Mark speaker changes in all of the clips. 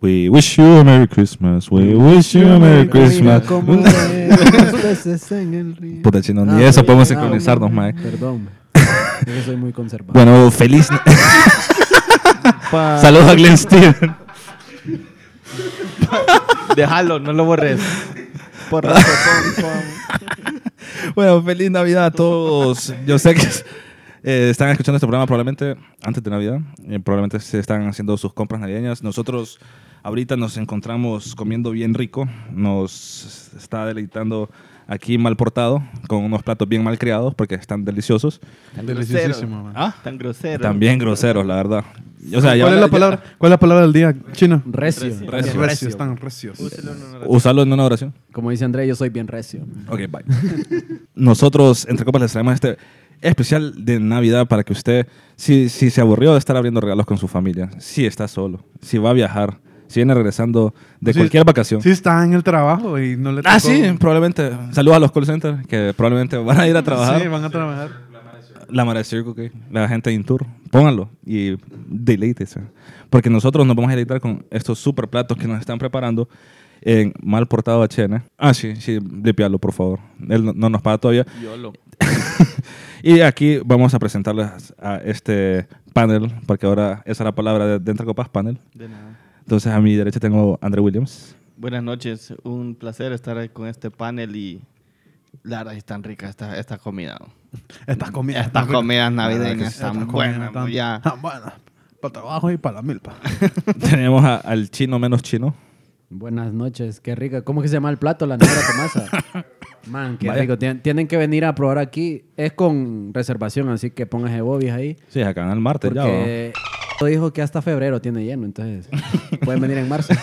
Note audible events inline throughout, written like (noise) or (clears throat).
Speaker 1: We wish you a Merry Christmas. We
Speaker 2: Mm.
Speaker 1: wish you a Merry Christmas. (laughs)
Speaker 3: Como las peces en el río.
Speaker 2: Puta chino,
Speaker 3: Ah,
Speaker 2: ni eso
Speaker 3: sí,
Speaker 2: podemos
Speaker 3: ah,
Speaker 2: sincronizarnos,
Speaker 3: no,
Speaker 2: mae.
Speaker 3: Perdón. Yo que soy muy conservador.
Speaker 2: Bueno, feliz.
Speaker 4: Pa-
Speaker 2: (laughs) Saludos a Glenn Steven.
Speaker 4: Déjalo, no lo borres. Por
Speaker 2: (laughs) Bueno, feliz Navidad a todos. Yo sé que eh, están escuchando este programa probablemente antes de Navidad. Eh, probablemente se están haciendo sus compras navideñas. Nosotros ahorita nos encontramos comiendo bien rico. Nos está deleitando aquí mal portado con unos platos bien mal creados porque están deliciosos.
Speaker 4: Deliciosísimo,
Speaker 5: Deliciosísimo,
Speaker 4: ¿Ah? Tan grosero.
Speaker 2: También groseros, la verdad. O sea, ya-
Speaker 5: ¿Cuál es la
Speaker 2: ya-
Speaker 5: palabra? ¿Cuál es la palabra del día, chino?
Speaker 3: Recio.
Speaker 4: Recio.
Speaker 5: Recios,
Speaker 3: Recio.
Speaker 5: están recios.
Speaker 4: Úselo en una
Speaker 2: Usarlo en una oración.
Speaker 3: Como dice André, yo soy bien recio.
Speaker 2: Ok, bye. (laughs) Nosotros, entre copas, les traemos este especial de Navidad para que usted, si, si se aburrió de estar abriendo regalos con su familia, si está solo, si va a viajar, si viene regresando de
Speaker 5: Sí,
Speaker 2: cualquier vacación.
Speaker 5: Sí, está en el trabajo y no le
Speaker 2: Ah,
Speaker 5: tocó.
Speaker 2: sí, probablemente. Saludos a los call centers que probablemente van a ir a trabajar.
Speaker 5: Sí, van a trabajar.
Speaker 2: La Mara de Circle K, la gente de Intur, pónganlo y deleítese. Porque nosotros nos vamos a deleitar con estos super platos que nos están preparando en mal portado a Chena. Ah, sí, sí, limpiarlo, por favor. Él no, no nos paga todavía.
Speaker 4: Yolo.
Speaker 2: (laughs) Y aquí vamos a presentarles a este panel, porque ahora esa es la palabra de, de Entre Copas Panel.
Speaker 4: De nada.
Speaker 2: Entonces a mi derecha tengo a André
Speaker 3: (laughs)
Speaker 2: Williams.
Speaker 4: Buenas noches, un placer estar con este panel y la verdad es tan rica esta, esta comida.
Speaker 5: Estas comidas.
Speaker 4: Estas
Speaker 5: tan ricas.
Speaker 4: comidas navideñas
Speaker 5: Estas
Speaker 4: tan
Speaker 5: comidas
Speaker 4: buenas,
Speaker 5: tan- (laughs)
Speaker 4: ya.
Speaker 5: tan buenas. Para trabajo y para la milpa. (laughs)
Speaker 2: Tenemos a- al chino menos chino.
Speaker 3: Buenas noches, qué rica. ¿Cómo que se llama el plato, la negra (laughs) Tomasa? Man, qué
Speaker 2: Vaya.
Speaker 3: rico. Tien- tienen que venir a probar aquí. Es con reservación, así que pónganse bobis ahí.
Speaker 2: Sí, acá en el martes ya. ¿va?
Speaker 3: Porque dijo que hasta febrero tiene lleno, (laughs) entonces pueden venir en marzo.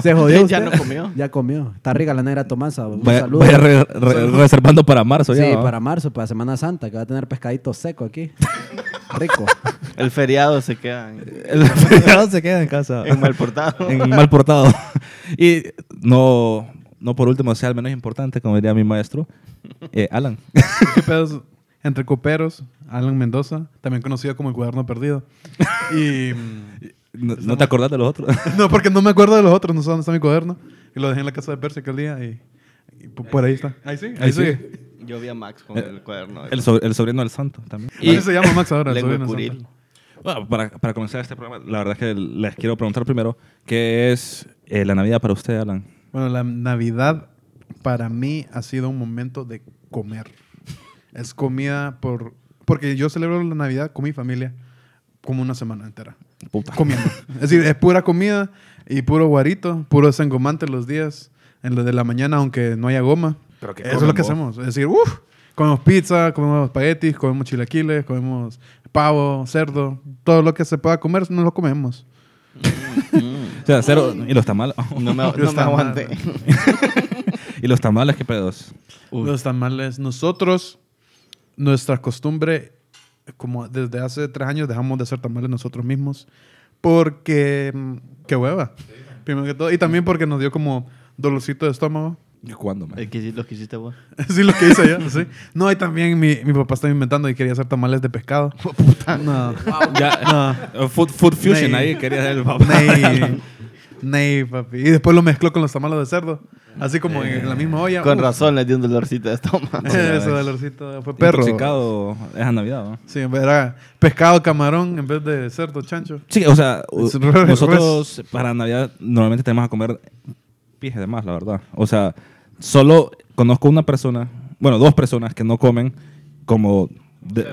Speaker 3: se jodió.
Speaker 4: Ya
Speaker 3: usted?
Speaker 4: no comió.
Speaker 3: Ya comió. Está rica la negra Tomasa. Un
Speaker 2: Vaya,
Speaker 3: saludo.
Speaker 2: vaya re- re- reservando para marzo ya.
Speaker 3: sí,
Speaker 4: ¿ah?
Speaker 2: ¿va?
Speaker 3: para marzo, para Semana Santa, que va a tener pescadito seco
Speaker 4: (laughs)
Speaker 3: aquí. Rico.
Speaker 4: El feriado se queda en,
Speaker 2: El (laughs) feriado se queda en casa.
Speaker 4: en mal
Speaker 2: (laughs)
Speaker 4: portado.
Speaker 2: en mal portado. Y no, no por último, sea el menos importante, como diría mi maestro, eh, Alan. (laughs)
Speaker 5: ¿Qué pedos? Entre coperos, Alan Mendoza, también conocido como el cuaderno perdido. Y. mm,
Speaker 2: ¿No, no te acordás de los otros? (laughs)
Speaker 5: (laughs) No, porque no me acuerdo de los otros, no sé dónde está mi cuaderno. Y lo dejé en la casa de Percy aquel día y. y por por ahí está. Ahí sí,
Speaker 2: Ahí
Speaker 5: ahí
Speaker 2: sí.
Speaker 5: sigue. (laughs)
Speaker 4: Yo vi a Max con el cuaderno.
Speaker 2: El, so- el sobrino del santo también.
Speaker 5: Y se llama Max ahora. el
Speaker 4: Lengua
Speaker 5: sobrino de
Speaker 4: curil.
Speaker 5: Santa.
Speaker 2: Bueno, para, para comenzar este programa, la verdad es que les quiero preguntar primero, ¿qué es eh, la Navidad para usted, Alan?
Speaker 5: Bueno, la Navidad para mí ha sido un momento de comer. Es comida por... Porque yo celebro la Navidad con mi familia como una semana entera.
Speaker 2: Puta.
Speaker 5: (laughs) Comiendo. es decir, es pura comida y puro guarito, puro sengomante los días, en los de la mañana, aunque no haya goma.
Speaker 2: Pero que
Speaker 5: Eso es lo
Speaker 2: comen,
Speaker 5: que
Speaker 2: vos.
Speaker 5: hacemos. Es decir, uff, comemos pizza, comemos espaguetis, comemos chilaquiles, comemos pavo, cerdo, todo lo que se pueda comer, no lo comemos.
Speaker 2: O sea, cero, y los tamales. (laughs)
Speaker 4: Mm, No me, no me
Speaker 5: Está mal.
Speaker 4: aguanté.
Speaker 2: y los tamales, qué pedos.
Speaker 5: Los tamales. Nosotros, nuestra costumbre, como desde hace tres años dejamos de hacer tamales nosotros mismos porque, mm, qué hueva. Primero que todo. Y también porque nos dio como dolorcito de estómago.
Speaker 2: ¿Y ¿Cuándo, man?
Speaker 4: El que, hici- lo que hiciste vos.
Speaker 5: (laughs) sí, lo que hice yo, sí. No, y también mi, mi papá estaba inventando y quería hacer tamales de (laughs) pescado. No.
Speaker 2: (laughs) Ya, food, Food Fusion,
Speaker 5: Ney.
Speaker 2: ahí quería ser el papá.
Speaker 5: (laughs)
Speaker 2: (laughs)
Speaker 5: (laughs) Ney. Ney, papi. Y después lo mezcló con los tamales de cerdo. Así como en la misma olla.
Speaker 4: Con
Speaker 5: Uf,
Speaker 4: razón le di un dolorcito de estómago.
Speaker 5: (laughs) Ese dolorcito eh, fue perro.
Speaker 2: Intoxicado es a Navidad, ¿no?
Speaker 5: Sí, era pescado camarón en vez de cerdo chancho.
Speaker 2: Sí, o sea, u-
Speaker 5: Es re-
Speaker 2: nosotros para Navidad normalmente tenemos a comer pijes de más, la verdad. O sea, solo conozco una persona, bueno, dos personas que no comen como... de-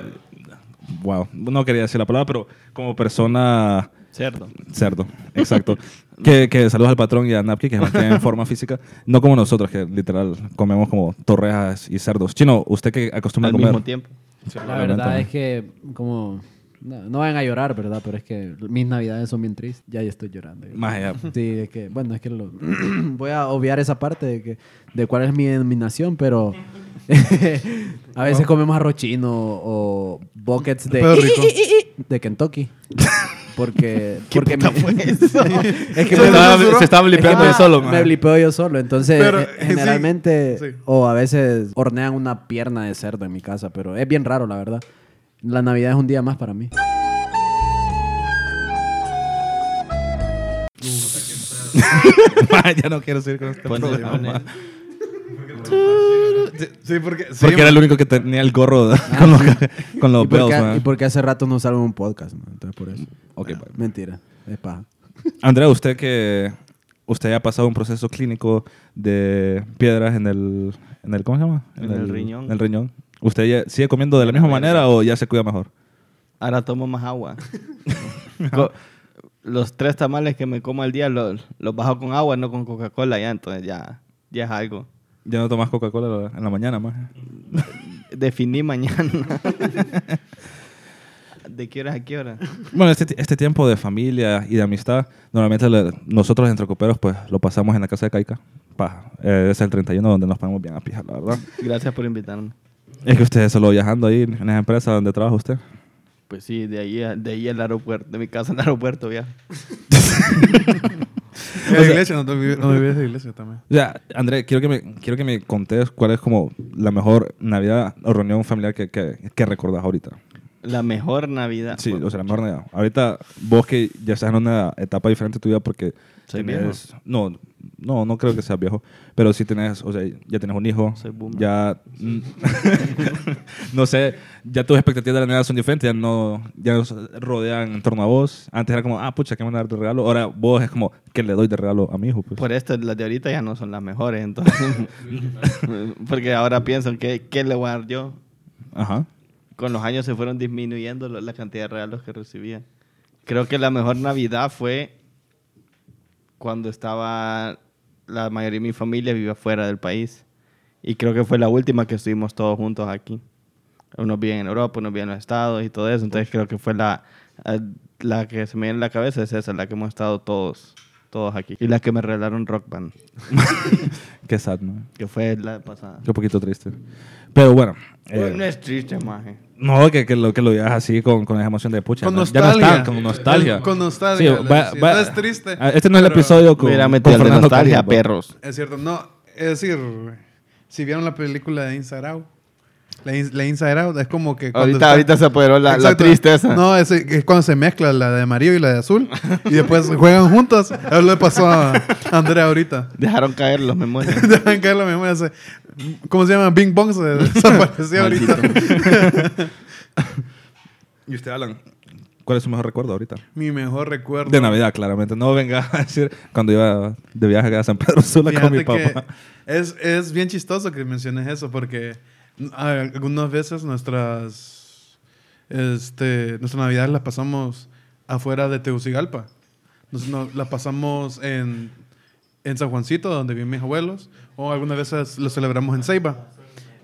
Speaker 2: wow, no quería decir la palabra, pero como persona
Speaker 4: Cerdo.
Speaker 2: cerdo, exacto. que, que saludos al patrón y a Napki, que se mantienen en forma física. No como nosotros, que literal comemos como torrejas y cerdos. Chino, usted que acostumbra
Speaker 4: Al
Speaker 2: a comer...
Speaker 4: mismo tiempo.
Speaker 3: (laughs) La verdad es que, como. No, no van a llorar, ¿verdad? Pero es que mis navidades son bien tristes. Ya, ya estoy llorando.
Speaker 2: Más allá.
Speaker 3: Sí, es que, bueno, es que lo- (clears throat) voy a obviar esa parte de, que, de cuál es mi denominación, pero (laughs) a veces comemos arroz chino o buckets de,
Speaker 5: Pero rico.
Speaker 3: (laughs) de
Speaker 4: (laughs)
Speaker 3: Kentucky. Porque,
Speaker 4: ¿Qué
Speaker 3: porque
Speaker 4: puta
Speaker 3: me-
Speaker 4: fue
Speaker 3: (laughs)
Speaker 4: eso?
Speaker 3: es que
Speaker 5: Se
Speaker 3: me,
Speaker 5: estaba-
Speaker 3: censuró.
Speaker 2: se estaba
Speaker 3: Es que
Speaker 2: blipeando
Speaker 3: me-
Speaker 2: él solo, man.
Speaker 3: Me blipeo yo solo. Entonces,
Speaker 5: Pero,
Speaker 3: eh,
Speaker 5: eh, sí,
Speaker 3: generalmente,
Speaker 5: sí.
Speaker 3: o a veces hornean una pierna de cerdo en mi casa, pero es bien raro, la verdad. La Navidad es un día más para
Speaker 2: (laughs)
Speaker 3: mí.
Speaker 2: Ma, ya no quiero seguir con este
Speaker 4: Ponle eh.
Speaker 2: problema. ma.
Speaker 4: panel.
Speaker 5: Sí, porque... sí,
Speaker 2: Porque era el único que tenía el gorro de-
Speaker 4: Ah,
Speaker 2: con los, con los
Speaker 3: ¿Y, porque,
Speaker 2: bells, ma.
Speaker 3: y porque hace rato no salgo en un podcast, man. Entonces, por eso.
Speaker 2: Ok, pues.
Speaker 3: Ah,
Speaker 2: bye.
Speaker 3: mentira. Es paja.
Speaker 2: Andrea, usted que usted ya ha pasado un proceso clínico de piedras en el, en el ¿cómo se llama?
Speaker 4: En el riñón.
Speaker 2: En el riñón. ¿Usted ya sigue comiendo de la misma manera o ya se cuida mejor?
Speaker 4: Ahora tomo
Speaker 5: (laughs)
Speaker 4: más agua. Co- los tres tamales que me como al día los, los bajo con agua, no con Coca-Cola ya, entonces ya, ya es algo.
Speaker 2: Ya no tomas Coca-Cola en la mañana más.
Speaker 4: Definí mañana. (laughs) ¿De qué horas a qué hora?
Speaker 2: Bueno, este, ti- este tiempo de familia y de amistad, normalmente le- nosotros entre coperos pues lo pasamos en la casa de Caica. Paja. Eh, es el 31 donde nos ponemos bien a pijar, la verdad.
Speaker 4: Gracias por invitarme.
Speaker 2: Es que usted solo viajando ahí en esa empresa donde trabaja usted.
Speaker 4: Pues sí, de ahí, a- de ahí al aeropuerto, de mi casa al aeropuerto ya.
Speaker 5: En la iglesia, no te olvides no te olvides de la iglesia también.
Speaker 2: O sea, André, quiero que me, quiero que me contes cuál es como la mejor Navidad o reunión familiar que, que, que recordás ahorita.
Speaker 4: La mejor (laughs) Navidad.
Speaker 2: Sí,
Speaker 4: Bueno,
Speaker 2: o sea, la mejor Navidad. Ahorita vos que ya estás en una etapa diferente de tu vida porque...
Speaker 4: Soy
Speaker 2: tenés- No, no, no creo que seas viejo. Pero sí tenés, o sea, ya tenés un hijo.
Speaker 4: Soy boomer.
Speaker 2: Ya... mm, (laughs) no sé, ya tus expectativas de la Navidad son diferentes. Ya no, ya no se rodean en torno a vos. Antes era como, ah, pucha, ¿qué me van a dar de regalo? Ahora vos es como, ¿qué le doy de regalo a mi hijo? Pues?
Speaker 4: Por e- esto las de ahorita ya no son las
Speaker 2: (laughs)
Speaker 4: mejores, entonces. (laughs) porque ahora pienso, ¿qué, ¿qué le voy a dar yo?
Speaker 2: Ajá. (laughs)
Speaker 4: Con los años se fueron disminuyendo lo- la cantidad de regalos que recibía. Creo que la mejor Navidad fue cuando estaba la mayoría de mi familia vivía fuera del país. Y creo que fue la última que estuvimos todos juntos aquí. Unos viven en Europa, unos viven en los Estados y todo eso. Entonces creo que fue la, eh, la que se me viene en la cabeza, es esa, la que hemos estado todos, todos aquí. Y la que me regalaron Rock Band,
Speaker 2: Qué sad, ¿no?
Speaker 4: que fue la pasada.
Speaker 2: Qué poquito triste. Pero bueno. eh,
Speaker 4: no es triste, maje.
Speaker 2: no, que, que lo, que lo veas así con, con esa emoción de pucha.
Speaker 5: Con
Speaker 2: ¿no? Ya no
Speaker 5: nostalgia.
Speaker 2: están, con nostalgia.
Speaker 5: El- con nostalgia, le decía. No es triste,
Speaker 2: Ah, Este no es el
Speaker 5: pero-
Speaker 2: episodio con,
Speaker 4: Mira,
Speaker 2: con
Speaker 4: metí de
Speaker 2: Fernando
Speaker 4: nostalgia,
Speaker 2: Calle,
Speaker 4: perros.
Speaker 5: Es cierto, no. Es decir, si vieron la película de Inside Out, la, in- la Inside Out es como que. cuando
Speaker 4: Ahorita,
Speaker 5: está-
Speaker 4: ahorita se apoderó la, la
Speaker 5: Exacto.
Speaker 4: tristeza.
Speaker 5: No, es, es cuando se mezcla la de amarillo y la de azul y
Speaker 4: (laughs)
Speaker 5: después juegan juntas. Eso le pasó a Andrea ahorita. (laughs)
Speaker 4: Dejaron caer los memorias.
Speaker 5: Dejan caer la memoria. se- ¿Cómo se llama? Bing Bong se
Speaker 4: (laughs)
Speaker 5: desapareció ahorita. (laughs)
Speaker 2: pues. Y usted, Alan, ¿cuál es su mejor recuerdo ahorita?
Speaker 5: Mi mejor recuerdo.
Speaker 2: De Navidad, claramente. No venga a decir cuando iba de viaje a San Pedro Sula con mi
Speaker 5: Fíjate
Speaker 2: papá.
Speaker 5: que es, es bien chistoso que menciones eso porque a- algunas veces nuestras este, nuestras navidades las pasamos afuera de Tegucigalpa. Nos, no- las pasamos en, en San Juancito, donde viven mis abuelos, o algunas veces lo celebramos en Ceiba.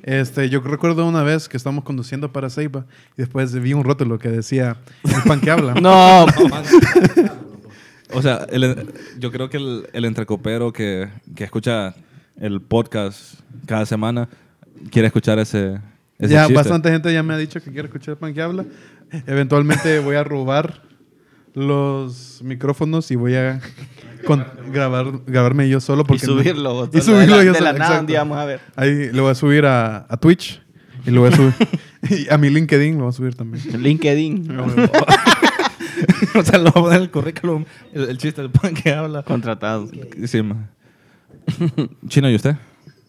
Speaker 5: Este, yo recuerdo una vez que estábamos conduciendo para Ceiba y después vi un rótulo que decía el pan
Speaker 2: (laughs)
Speaker 5: que habla.
Speaker 4: No,
Speaker 2: O sea, el- yo creo que el, el entrecopero que, que escucha el podcast cada semana quiere escuchar ese, ese
Speaker 5: ya
Speaker 2: chiste.
Speaker 5: bastante gente ya me ha dicho que quiere escuchar pan que habla. Eventualmente voy a robar los micrófonos y voy a con- grabar, grabarme yo solo
Speaker 4: y
Speaker 5: porque no-
Speaker 4: subirlo.
Speaker 5: y
Speaker 4: botarlo
Speaker 5: subirlo
Speaker 4: de la,
Speaker 5: yo
Speaker 4: de
Speaker 5: solo.
Speaker 4: la nada un
Speaker 5: exacto.
Speaker 4: día vamos a ver.
Speaker 5: Ahí lo voy a subir a, a Twitch y lo voy a subir (laughs) y a mi LinkedIn lo voy a subir también.
Speaker 4: LinkedIn.
Speaker 2: (laughs) o sea, lo vamos a dar el currículum, el, el (laughs) chiste del pan que habla.
Speaker 4: Contratado.
Speaker 2: Sí, ma. Chino, ¿y
Speaker 4: (laughs)
Speaker 2: usted?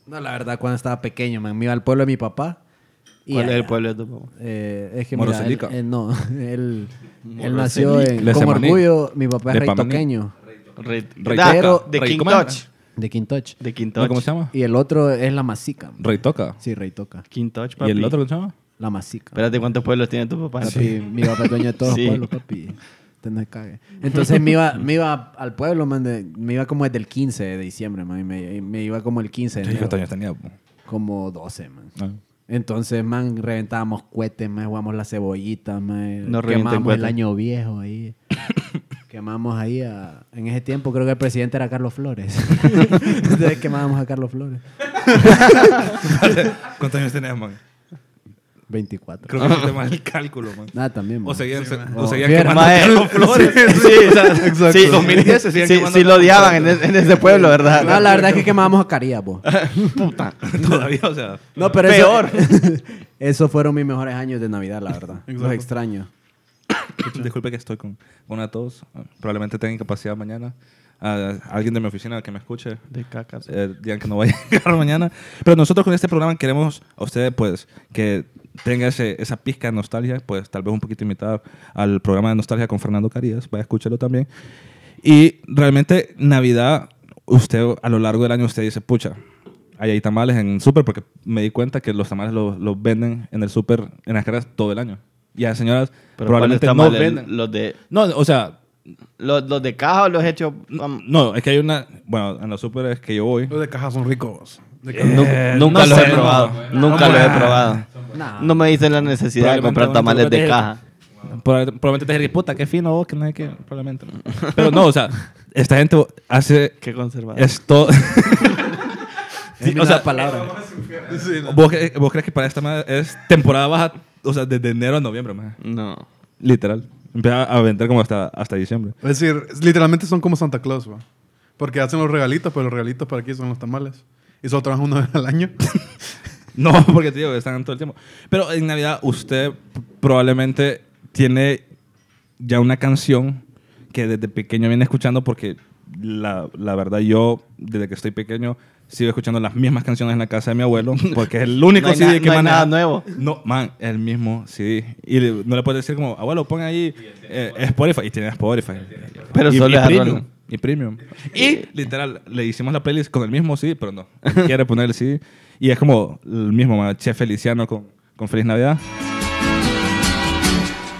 Speaker 3: No, la verdad, cuando estaba pequeño, man, me iba al pueblo de mi papá. y
Speaker 4: ¿Cuál es el
Speaker 3: allá-
Speaker 4: pueblo de tu papá?
Speaker 3: Eh, es que mira, él,
Speaker 2: Moroselica.
Speaker 3: él no, (laughs) él, él
Speaker 4: Moroselica.
Speaker 3: nació en,
Speaker 2: Le
Speaker 3: con
Speaker 2: Semaní.
Speaker 3: orgullo. Mi papá es
Speaker 2: Le Pamaní.
Speaker 3: reitoqueño
Speaker 4: Rey,
Speaker 2: Rey
Speaker 4: Daca,
Speaker 3: Pero-
Speaker 4: de
Speaker 2: Rey
Speaker 4: King
Speaker 2: Comanda.
Speaker 4: Touch.
Speaker 3: de Quintoch.
Speaker 4: De King
Speaker 2: ¿No,
Speaker 4: Touch.
Speaker 2: ¿Cómo se llama?
Speaker 3: Y el otro es la masica. man.
Speaker 2: Rey Toca.
Speaker 3: Sí, reitoca.
Speaker 4: King Touch, papi.
Speaker 2: ¿Y el otro cómo se llama?
Speaker 3: La masica.
Speaker 4: Espérate, ¿cuántos pueblos tiene tu papá?
Speaker 3: Papi, mi papá es dueño de todos
Speaker 4: Sí.
Speaker 3: los pueblos, papi. Te no cague. Entonces me iba, me iba al pueblo, man, de- me iba como desde el 15 de diciembre, man, y me, y me iba como el 15 de
Speaker 2: Sí,
Speaker 3: enero,
Speaker 2: ¿Cuántos años tenía? po?
Speaker 3: como 12, man.
Speaker 2: Ah.
Speaker 3: Entonces, man, reventábamos cohetes, man, jugamos la cebollita, man,
Speaker 4: No revienten
Speaker 3: quemábamos el
Speaker 4: cohetes.
Speaker 3: año viejo
Speaker 4: (laughs)
Speaker 3: ahí. quemábamos ahí a... En ese tiempo creo que el presidente era Carlos
Speaker 4: (laughs)
Speaker 3: Flores. Entonces quemábamos a Carlos Flores.
Speaker 2: (laughs) ¿Cuántos años tenías, man?
Speaker 3: 24.
Speaker 2: Creo que hiciste mal el cálculo, man.
Speaker 3: Nada, también, man.
Speaker 2: O seguían, se-
Speaker 3: Oh,
Speaker 2: o seguían
Speaker 3: fiera,
Speaker 2: quemando
Speaker 4: Mae,
Speaker 2: Carlos (laughs) flores.
Speaker 4: eh. Sí, sí, o
Speaker 5: (laughs)
Speaker 4: sea,
Speaker 5: Exacto.
Speaker 4: sí,
Speaker 2: 2010 se siguen
Speaker 4: sí,
Speaker 2: quemando
Speaker 4: sí lo odiaban en, es- en ese pueblo, ¿verdad?
Speaker 3: No, la verdad es que quemábamos a Cariapo.
Speaker 2: (laughs) Todavía, o sea.
Speaker 3: No, pero
Speaker 4: Peor.
Speaker 3: Eso, (laughs) esos fueron mis mejores años de Navidad, la verdad. Los
Speaker 5: Exacto.
Speaker 3: extraño.
Speaker 2: Disculpe que estoy con, con una tos. Probablemente tenga incapacidad mañana. a alguien de mi oficina que me escuche,
Speaker 4: De cacas.
Speaker 2: eh, digan que no vaya a (laughs) llegar mañana. Pero nosotros con este programa queremos a ustedes, pues, que tenga ese- esa pizca de nostalgia, pues, tal vez un poquito imitar al programa de nostalgia con Fernando Carías, vaya a escucharlo también. Y realmente, Navidad, usted a lo largo del año, usted dice, pucha, ahí hay tamales en el súper, porque me di cuenta que los tamales los, los venden en el súper, en las carreras, todo el año. Y a las señoras
Speaker 4: Pero
Speaker 2: probablemente
Speaker 4: ¿cuáles
Speaker 2: no
Speaker 4: tamales?
Speaker 2: venden.
Speaker 4: Los de,
Speaker 2: No, o sea,
Speaker 4: los, los de caja o los hechos. am-
Speaker 2: no, es que hay una. Bueno, en los súperes que yo voy.
Speaker 5: Los de caja son ricos. De
Speaker 2: Eh,
Speaker 5: caja.
Speaker 4: Nu-
Speaker 2: no
Speaker 4: nunca los
Speaker 2: sé,
Speaker 4: he
Speaker 2: no.
Speaker 4: probado. Nunca los he probado.
Speaker 3: Nah.
Speaker 4: No me dicen la necesidad de
Speaker 2: Probablemente
Speaker 4: comprar
Speaker 2: no,
Speaker 4: tamales de
Speaker 2: probablemente-
Speaker 4: caja.
Speaker 2: Proba- Probablemente te digas, puta, qué fino vos, que no hay que. Probablemente. no. (laughs) Pero no, o sea, esta gente hace
Speaker 4: Qué
Speaker 2: (laughs)
Speaker 4: conservador.
Speaker 2: esto.
Speaker 3: Sí,
Speaker 2: o sea,
Speaker 3: palabra.
Speaker 2: ¿Vos, cre- vos crees que para esta madre es temporada baja? O sea, desde enero a noviembre, más.
Speaker 4: No.
Speaker 2: Literal. Empieza a vender como hasta, hasta diciembre.
Speaker 5: Es decir, literalmente son como Santa Claus, va. Porque hacen los regalitos, pero los regalitos para aquí son los tamales. Y solo trabajan una vez al año.
Speaker 2: No, (laughs) porque te digo, están todo el tiempo. Pero en Navidad usted p- probablemente tiene ya una canción que desde pequeño viene escuchando porque la, la verdad yo, desde que estoy pequeño, sigo escuchando las mismas canciones en la casa de mi abuelo (laughs) porque es el único
Speaker 4: No hay
Speaker 2: CD
Speaker 4: na-
Speaker 2: que
Speaker 4: no hay
Speaker 2: maneja.
Speaker 4: nada nuevo.
Speaker 2: No, man, el mismo CD. Y le- no le puedes decir como, abuelo, pon ahí eh, Spotify. Y tiene Spotify.
Speaker 4: Pero
Speaker 2: Y-
Speaker 4: solo
Speaker 2: y
Speaker 4: es
Speaker 2: premium.
Speaker 4: Arnold.
Speaker 2: Y premium. Y literal, le hicimos la playlist con el mismo CD, pero no. (laughs) Él Quiere poner el CD. Y es como el mismo, ma, Che Feliciano con, con Feliz Navidad.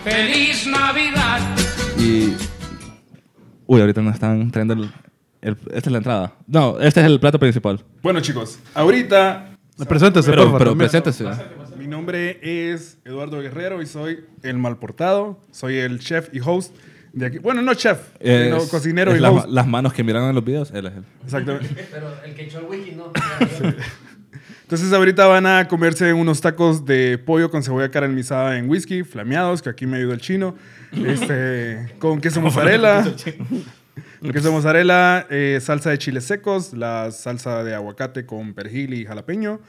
Speaker 6: Feliz Navidad.
Speaker 2: Y. Uy, ahorita no están trayendo el. el- esta es la entrada. No, este es el plato principal.
Speaker 7: Bueno, chicos, ahorita
Speaker 5: Preséntese, por
Speaker 2: Pero,
Speaker 5: favor.
Speaker 2: pero
Speaker 5: Mira.
Speaker 2: preséntese.
Speaker 7: mi nombre es Eduardo Guerrero y soy el malportado. Soy el chef y host de aquí. Bueno, no chef, sino
Speaker 2: Es-
Speaker 7: cocinero
Speaker 2: es
Speaker 7: y
Speaker 2: la-
Speaker 7: host.
Speaker 2: Las manos que miraron en los videos, él es él.
Speaker 7: Exactamente.
Speaker 3: Pero el que echó el wiki no.
Speaker 7: Entonces, ahorita van a comerse unos tacos de pollo con cebolla caramelizada en whisky, flameados, que aquí me ayudó el chino. Este, con queso mozzarella. Con queso mozzarella, eh, salsa de chiles secos, la salsa de aguacate con perjil y jalapeño,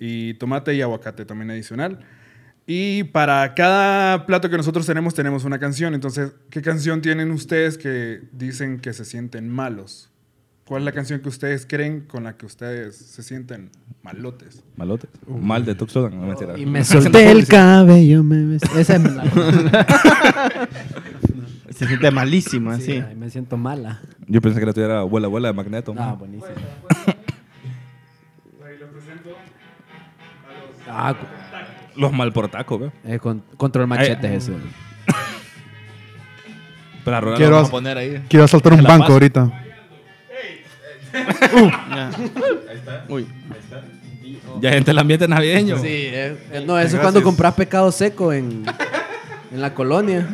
Speaker 7: y tomate y aguacate también adicional. Y para cada plato que nosotros tenemos, tenemos una canción. Entonces, ¿qué canción tienen ustedes que dicen que se sienten malos? ¿Cuál es la canción que ustedes creen con la que ustedes se sienten malotes?
Speaker 2: Malote. Mal de Tuxtlan. No, mentira.
Speaker 3: Y me solté el cabello, me besé. Esa es la
Speaker 4: Se (laughs) siente malísimo
Speaker 3: sí,
Speaker 4: así.
Speaker 3: ay, me siento mala.
Speaker 2: Yo pensé que la tuviera abuela, abuela de Magneto.
Speaker 3: Ah,
Speaker 2: man.
Speaker 3: buenísimo. Ah, cu-
Speaker 5: pues.
Speaker 2: Los malportacos, güey.
Speaker 3: eh, con- control machete
Speaker 2: Ay,
Speaker 3: eso.
Speaker 2: Pero la rola
Speaker 5: Quiero
Speaker 2: la vamos
Speaker 5: as-
Speaker 2: a poner ahí.
Speaker 5: Quiero asaltar un
Speaker 2: La
Speaker 5: banco
Speaker 2: Paz.
Speaker 5: ahorita.
Speaker 4: Ya. Uy.
Speaker 2: Ya gente el ambiente navideño.
Speaker 3: Sí, eh, eh, no, eso es cuando compras pescado seco en, en la colonia.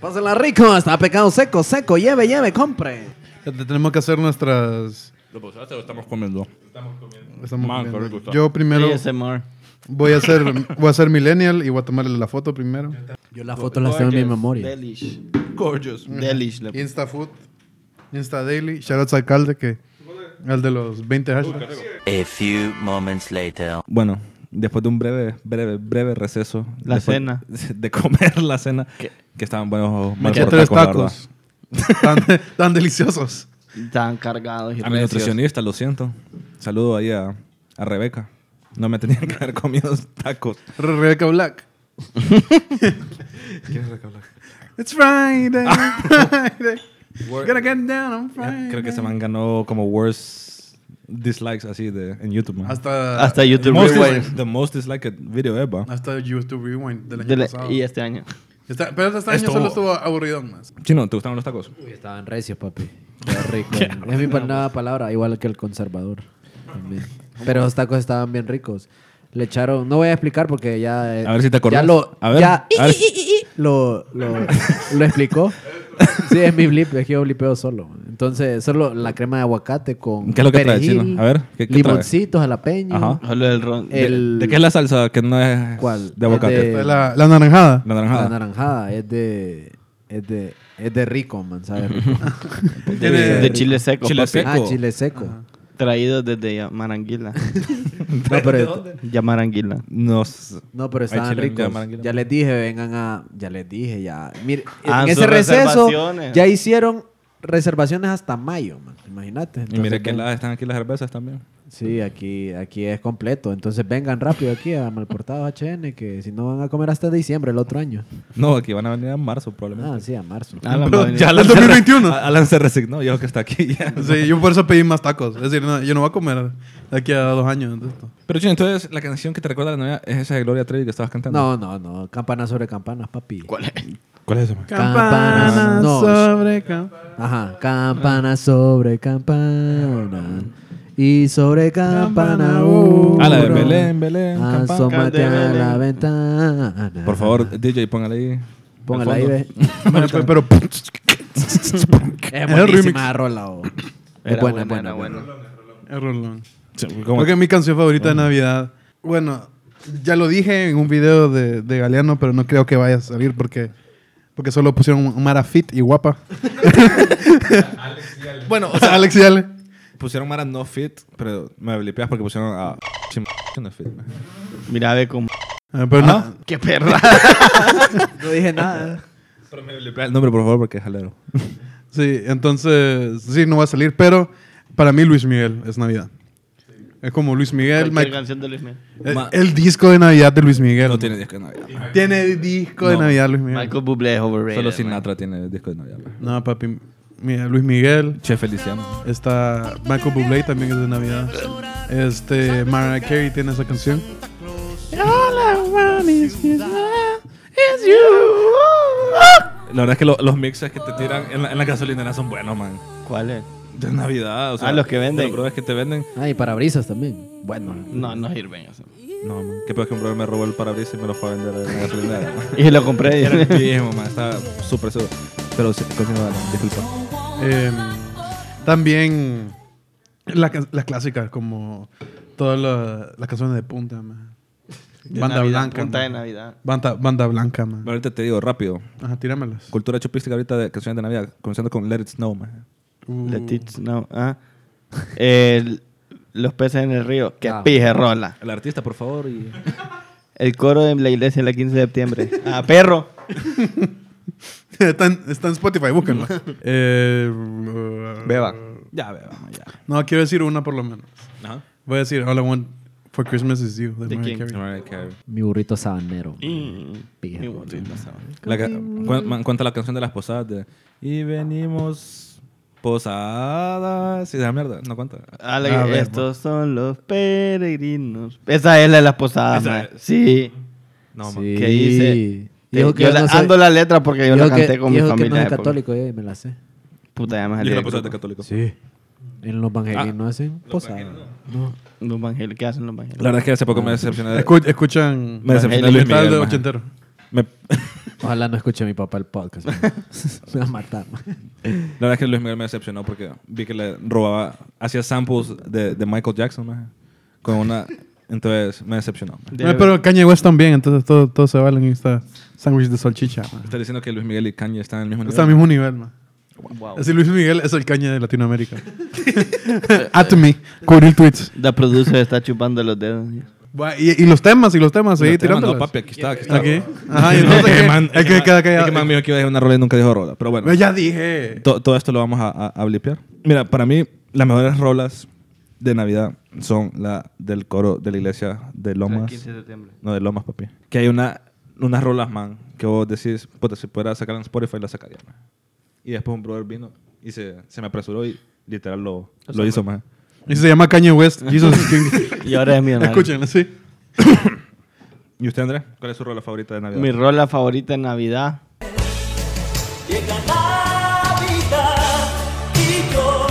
Speaker 3: Pásenla rico, está pescado seco, seco, lleve, lleve, compre.
Speaker 5: Ya te- Tenemos que hacer nuestras...
Speaker 2: ¿Lo pasaste o estamos comiendo?
Speaker 5: estamos
Speaker 2: Man,
Speaker 5: comiendo.
Speaker 2: qué rico está.
Speaker 5: Yo primero
Speaker 4: ASMR.
Speaker 5: voy a ser voy a ser millennial y voy a tomarle la foto primero.
Speaker 3: Yo las fotos las tengo en mi memoria.
Speaker 4: Delish. Gorgeous. Delish. le-
Speaker 5: InstaFood, InstaDaily, shoutouts al alcalde que el de los 20 hashtags.
Speaker 8: A few moments later.
Speaker 2: Bueno, después de un breve, breve, breve receso.
Speaker 4: La
Speaker 2: después
Speaker 4: cena.
Speaker 2: (laughs) De comer la cena. Que estaban buenos
Speaker 5: Me eché
Speaker 2: malportacos,
Speaker 5: tres
Speaker 2: la
Speaker 5: tacos. Tan, tan deliciosos.
Speaker 4: Estaban cargados y
Speaker 2: verdad. A mi
Speaker 4: recios.
Speaker 2: nutricionista, lo siento. Saludo ahí a, a Rebeca. No me tenían (laughs) que haber comido tacos.
Speaker 5: Re- Rebeca Black. It's Friday. Friday. Gonna get down on Friday.
Speaker 2: Creo que ese man ganó como worst dislikes así de, en YouTube. man.
Speaker 5: Hasta,
Speaker 4: Hasta
Speaker 2: The
Speaker 4: YouTube
Speaker 2: most
Speaker 4: Rewind.
Speaker 2: dis- the most disliked video ever.
Speaker 5: Hasta YouTube Rewind del año
Speaker 4: De la-
Speaker 5: pasado.
Speaker 4: y este año.
Speaker 5: Está- pero este año
Speaker 2: Estuvo-
Speaker 5: solo estuvo aburridón más.
Speaker 2: Chino, ¿te gustaban los tacos?
Speaker 3: Uy, estaban recios, papi.
Speaker 2: (laughs)
Speaker 3: Qué rico. es mi nueva palabra, igual que el conservador. también. Pero los tacos estaban bien ricos. Le echaron, no voy a explicar porque ya. eh,
Speaker 2: A ver si te acordás.
Speaker 3: Ya lo.
Speaker 2: A ver,
Speaker 3: ya-
Speaker 2: a ver.
Speaker 3: Lo, lo,
Speaker 2: (laughs)
Speaker 3: lo explicó. Sí, es mi blip, es que yo blipeo solo. Entonces, solo la crema de aguacate con.
Speaker 2: ¿Qué es lo que trae,
Speaker 3: perejil,
Speaker 2: Chino? A ver, ¿qué- qué trae?
Speaker 3: limoncitos, jalapeño.
Speaker 2: Ajá.
Speaker 4: Solo el ron.
Speaker 2: ¿De-
Speaker 3: El-
Speaker 2: ¿De, qué es la salsa que no es
Speaker 3: ¿Cuál?
Speaker 2: de aguacate?
Speaker 3: De-
Speaker 5: Fue La, Eh, la naranjada.
Speaker 2: La
Speaker 3: La
Speaker 2: naranjada.
Speaker 3: naranjada es de. Es de. Es de rico, man, sabe rico.
Speaker 2: (laughs)
Speaker 4: de, de chile seco.
Speaker 2: Chile
Speaker 4: papi.
Speaker 2: seco.
Speaker 3: Ah, chile seco.
Speaker 4: Traído desde (laughs) Yamaranguila.
Speaker 3: No, pero.
Speaker 4: Yamaranguila.
Speaker 2: No s-
Speaker 3: No, pero
Speaker 2: Hay
Speaker 3: estaban
Speaker 2: chile en
Speaker 3: ricos.
Speaker 2: Yamaranguila.
Speaker 3: Ya les dije, vengan a. Ya les dije, ya. Mire,
Speaker 4: Hagan
Speaker 3: en ese
Speaker 4: sus
Speaker 3: receso
Speaker 4: reservaciones.
Speaker 3: ya hicieron reservaciones hasta mayo, man, imagínate.
Speaker 2: Y mire
Speaker 3: Entonces,
Speaker 2: que
Speaker 3: ven-
Speaker 2: la- están aquí las cervezas también.
Speaker 3: Sí, aquí, aquí es completo. Entonces vengan rápido aquí a Malportados HN, que si no van a comer hasta diciembre el otro año.
Speaker 2: No, aquí van a venir en marzo probablemente.
Speaker 3: Ah, sí, a marzo.
Speaker 2: (laughs)
Speaker 4: Alan va a
Speaker 5: Pero
Speaker 4: venir.
Speaker 5: ya la-
Speaker 2: Alan se re-
Speaker 5: 2021.
Speaker 2: A- Alan se resignó, yo que está aquí (laughs) ya.
Speaker 5: Sí, yo por eso pedí más tacos. Es decir, no, yo no voy a comer de aquí a dos años. de esto.
Speaker 2: Pero Chino, entonces la canción que te recuerda a la novia es esa de Gloria Trevi que estabas cantando.
Speaker 3: No, no, no. Campanas sobre campanas, papi.
Speaker 4: ¿Cuál es?
Speaker 2: ¿Cuál es esa? man?
Speaker 3: Campanas,
Speaker 5: Campana
Speaker 3: no.
Speaker 5: sobre campana.
Speaker 3: Ajá. Campanas sobre campanas. Y sobre campana uno.
Speaker 2: Ah, la de Belén, Belén. Campana.
Speaker 3: Asómate
Speaker 4: Campana de
Speaker 3: a la
Speaker 4: Belén.
Speaker 3: ventana.
Speaker 2: Por
Speaker 3: Ah.
Speaker 2: favor, DJ, póngale ahí.
Speaker 3: Póngala
Speaker 2: Al
Speaker 3: ahí,
Speaker 2: fondo.
Speaker 3: ve.
Speaker 2: (laughs)
Speaker 5: Bueno, pues, pero
Speaker 3: (laughs) Es
Speaker 5: remix.
Speaker 3: buenísima la rola, oh. Es
Speaker 4: Era
Speaker 3: buena, es
Speaker 4: buena,
Speaker 3: buena.
Speaker 4: era
Speaker 3: buena.
Speaker 4: buena.
Speaker 5: es rolón.
Speaker 2: Sí, ¿cómo?
Speaker 5: Creo que mi canción favorita de Navidad. Bueno, ya lo dije en un video de, de Galeano, pero no creo que vaya a salir porque, porque solo pusieron Mara Fit y guapa. bueno, o sea, Alex y Ale.
Speaker 2: (laughs) Pusieron Mara no fit, pero me blipeas porque pusieron a. Sí, no fit. man.
Speaker 4: Mira, ve cómo.
Speaker 5: Ah, Pero no,
Speaker 4: (laughs) ¡Qué perra!
Speaker 3: No dije nada.
Speaker 2: Pero me blipea el nombre, por favor, porque es jalero.
Speaker 5: sí, entonces sí, no va a salir, pero para mí Luis Miguel es Navidad. Es como Luis Miguel,
Speaker 4: Cualquier
Speaker 5: Mike-
Speaker 4: canción de Luis Miguel.
Speaker 5: el,
Speaker 2: Ma-
Speaker 5: Eh, el disco de Navidad de Luis Miguel.
Speaker 2: No tiene disco de Navidad.
Speaker 5: Tiene disco de
Speaker 2: No,
Speaker 5: Navidad Luis Miguel.
Speaker 4: Michael Bublé es overrated.
Speaker 2: Solo
Speaker 4: man.
Speaker 2: Sinatra tiene disco de Navidad. man.
Speaker 5: No, papi, mira, Luis Miguel,
Speaker 2: Che Feliciano.
Speaker 5: Está Michael Bublé también es de Navidad. Este Mariah Carey tiene esa canción.
Speaker 2: La verdad es que lo- los mixes que te tiran en la, en la gasolinera son buenos, man.
Speaker 4: ¿Cuál es?
Speaker 2: De Navidad, o sea.
Speaker 4: Ah, los que venden.
Speaker 2: Los brothers que te venden.
Speaker 3: Ah, y parabrisas también. Bueno.
Speaker 4: No, no sirven. eso.
Speaker 2: No, man. Qué peor que un brother me robó el parabrisas y me lo fue a vender en la gasolinera. man.
Speaker 4: (laughs) Y lo compré.
Speaker 2: Era el mismo, man. Estaba súper seguro. Pero sí, continúa, Alan, disculpa.
Speaker 5: Em, también la ca- las clásicas como todas las, las canciones de punta, man.
Speaker 4: De
Speaker 5: Banda
Speaker 4: Navidad,
Speaker 5: blanca.
Speaker 4: Punta de
Speaker 5: man.
Speaker 4: Navidad.
Speaker 5: Banda, banda blanca, man.
Speaker 2: Bueno, ahorita te digo rápido.
Speaker 5: Ajá, tíramelas. (laughs)
Speaker 2: Cultura chupística ahorita de canciones de Navidad, comenzando con Let It Snow, man.
Speaker 5: Uh,
Speaker 4: Let it snow. Ah. El- los peces en el río. Que
Speaker 3: Ah.
Speaker 4: pije rola.
Speaker 2: El artista, por favor. Y...
Speaker 4: El coro de la iglesia el 15 de septiembre. Ah, perro.
Speaker 5: está, en, está en Spotify,
Speaker 4: (laughs)
Speaker 5: búsquenla. Eh, uh,
Speaker 4: Beba.
Speaker 2: Ya, ve, vamos, ya.
Speaker 5: No, quiero decir una por lo menos.
Speaker 2: Ajá.
Speaker 5: Voy a decir All I Want for Christmas is You de
Speaker 4: ¿De
Speaker 5: Mariah
Speaker 4: quién?
Speaker 5: Carey.
Speaker 2: Mariah Carey.
Speaker 3: Mi burrito sabanero. Pija,
Speaker 4: Mm, Mi
Speaker 3: boludo.
Speaker 4: bonito, ¿sabes?
Speaker 2: La ca- cu- man, cuenta la canción de las posadas de... Y venimos posadas y de la mierda. No cuenta.
Speaker 4: Ah, la-
Speaker 5: A ver,
Speaker 4: estos son los peregrinos. Esa es la de las posadas,
Speaker 2: Esa
Speaker 4: man.
Speaker 2: es.
Speaker 4: Sí.
Speaker 2: No, man.
Speaker 3: Sí.
Speaker 4: ¿Qué dice? Te-
Speaker 3: Dijo que
Speaker 4: yo
Speaker 3: yo
Speaker 4: la,
Speaker 3: no soy-
Speaker 4: ando la letra porque yo
Speaker 3: Dijo
Speaker 4: la
Speaker 3: que-
Speaker 4: canté con mi
Speaker 3: dijo
Speaker 4: familia.
Speaker 3: que no
Speaker 4: de
Speaker 3: es
Speaker 4: época.
Speaker 3: católico, eh, me la sé.
Speaker 4: Puta, ya me
Speaker 2: Yo
Speaker 4: salí
Speaker 2: era
Speaker 4: del
Speaker 2: posada de
Speaker 4: grupo.
Speaker 2: católico.
Speaker 3: Sí. En
Speaker 4: Ah.
Speaker 3: los evangelinos no hacen posada. No.
Speaker 4: Los evangélicos, ¿qué hacen los evangélicos?
Speaker 2: La verdad es que hace poco me decepcioné. de-
Speaker 5: Ah. Escu- escuchan
Speaker 2: Me decepcionó
Speaker 5: el
Speaker 2: Luis
Speaker 5: metal
Speaker 2: Miguel,
Speaker 5: de
Speaker 2: maje.
Speaker 5: ochentero.
Speaker 2: me- (laughs)
Speaker 3: Ojalá no escuche a mi papá el podcast. man. (laughs) me va a matar. man.
Speaker 2: la verdad es que Luis Miguel me decepcionó porque vi que le robaba... Hacía samples de, de Michael Jackson, man. Con una... Entonces me decepcionó. man.
Speaker 4: Debe-
Speaker 5: No, pero Kanye West también, entonces todo, todo se vale en esta sándwich de salchicha. man.
Speaker 2: Está diciendo que Luis Miguel y Kanye están en el mismo nivel.
Speaker 5: Está al mismo nivel, man.
Speaker 4: Wow.
Speaker 5: Así Luis Miguel es el Kanye de
Speaker 4: (laughs)
Speaker 5: Latinoamérica. At me, cubrir tweets.
Speaker 4: La producer está chupando los dedos.
Speaker 5: Va, Y, y los temas, y los temas, ahí
Speaker 2: Los temas,
Speaker 5: tirándolos.
Speaker 2: No, papi, aquí está. Aquí. está.
Speaker 5: Aquí. Ajá, y
Speaker 2: Es (laughs)
Speaker 5: entonces,
Speaker 2: que
Speaker 5: ¿qué?
Speaker 2: man-
Speaker 5: es que queda
Speaker 2: Es que man
Speaker 5: callado.
Speaker 2: me dijo que iba a dejar una rola y nunca dijo rola. Pero bueno.
Speaker 5: Ya dije.
Speaker 2: To- todo esto lo vamos a, a, a blipear. Mira, para mí, las mejores rolas de Navidad son la del coro de la iglesia de Lomas.
Speaker 4: septiembre.
Speaker 2: No, de Lomas, papi. Que hay una, unas rolas, man, que vos decís, puta, si pudiera sacarla en Spotify, la sacaría, man. Y después un brother vino y se, se me apresuró y literal lo, lo hizo, man.
Speaker 5: Y se llama Kanye West, Jesus is King.
Speaker 4: (laughs) Y ahora es mi hermano.
Speaker 5: Escúchenlo, sí.
Speaker 2: ¿Y usted, Andrés? ¿Cuál es su rola favorita de Navidad?
Speaker 4: Mi rola favorita en Navidad.
Speaker 9: Llega Navidad y yo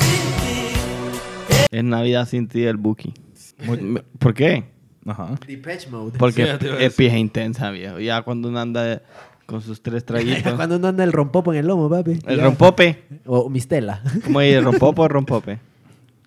Speaker 9: sin ti.
Speaker 4: Es Navidad sin ti del Buki. Me- ¿Por qué?
Speaker 2: Ajá.
Speaker 3: Depeche Mode.
Speaker 4: Porque
Speaker 2: te iba a
Speaker 4: es pija intensa, viejo. Ya cuando uno anda con sus tres
Speaker 3: (laughs)
Speaker 4: traguitos.
Speaker 3: Cuando uno anda el rompopo en el lomo, papi.
Speaker 4: El
Speaker 3: Ya.
Speaker 4: rompope.
Speaker 3: O mistela.
Speaker 4: ¿Cómo es? ¿El rompopo o rompope?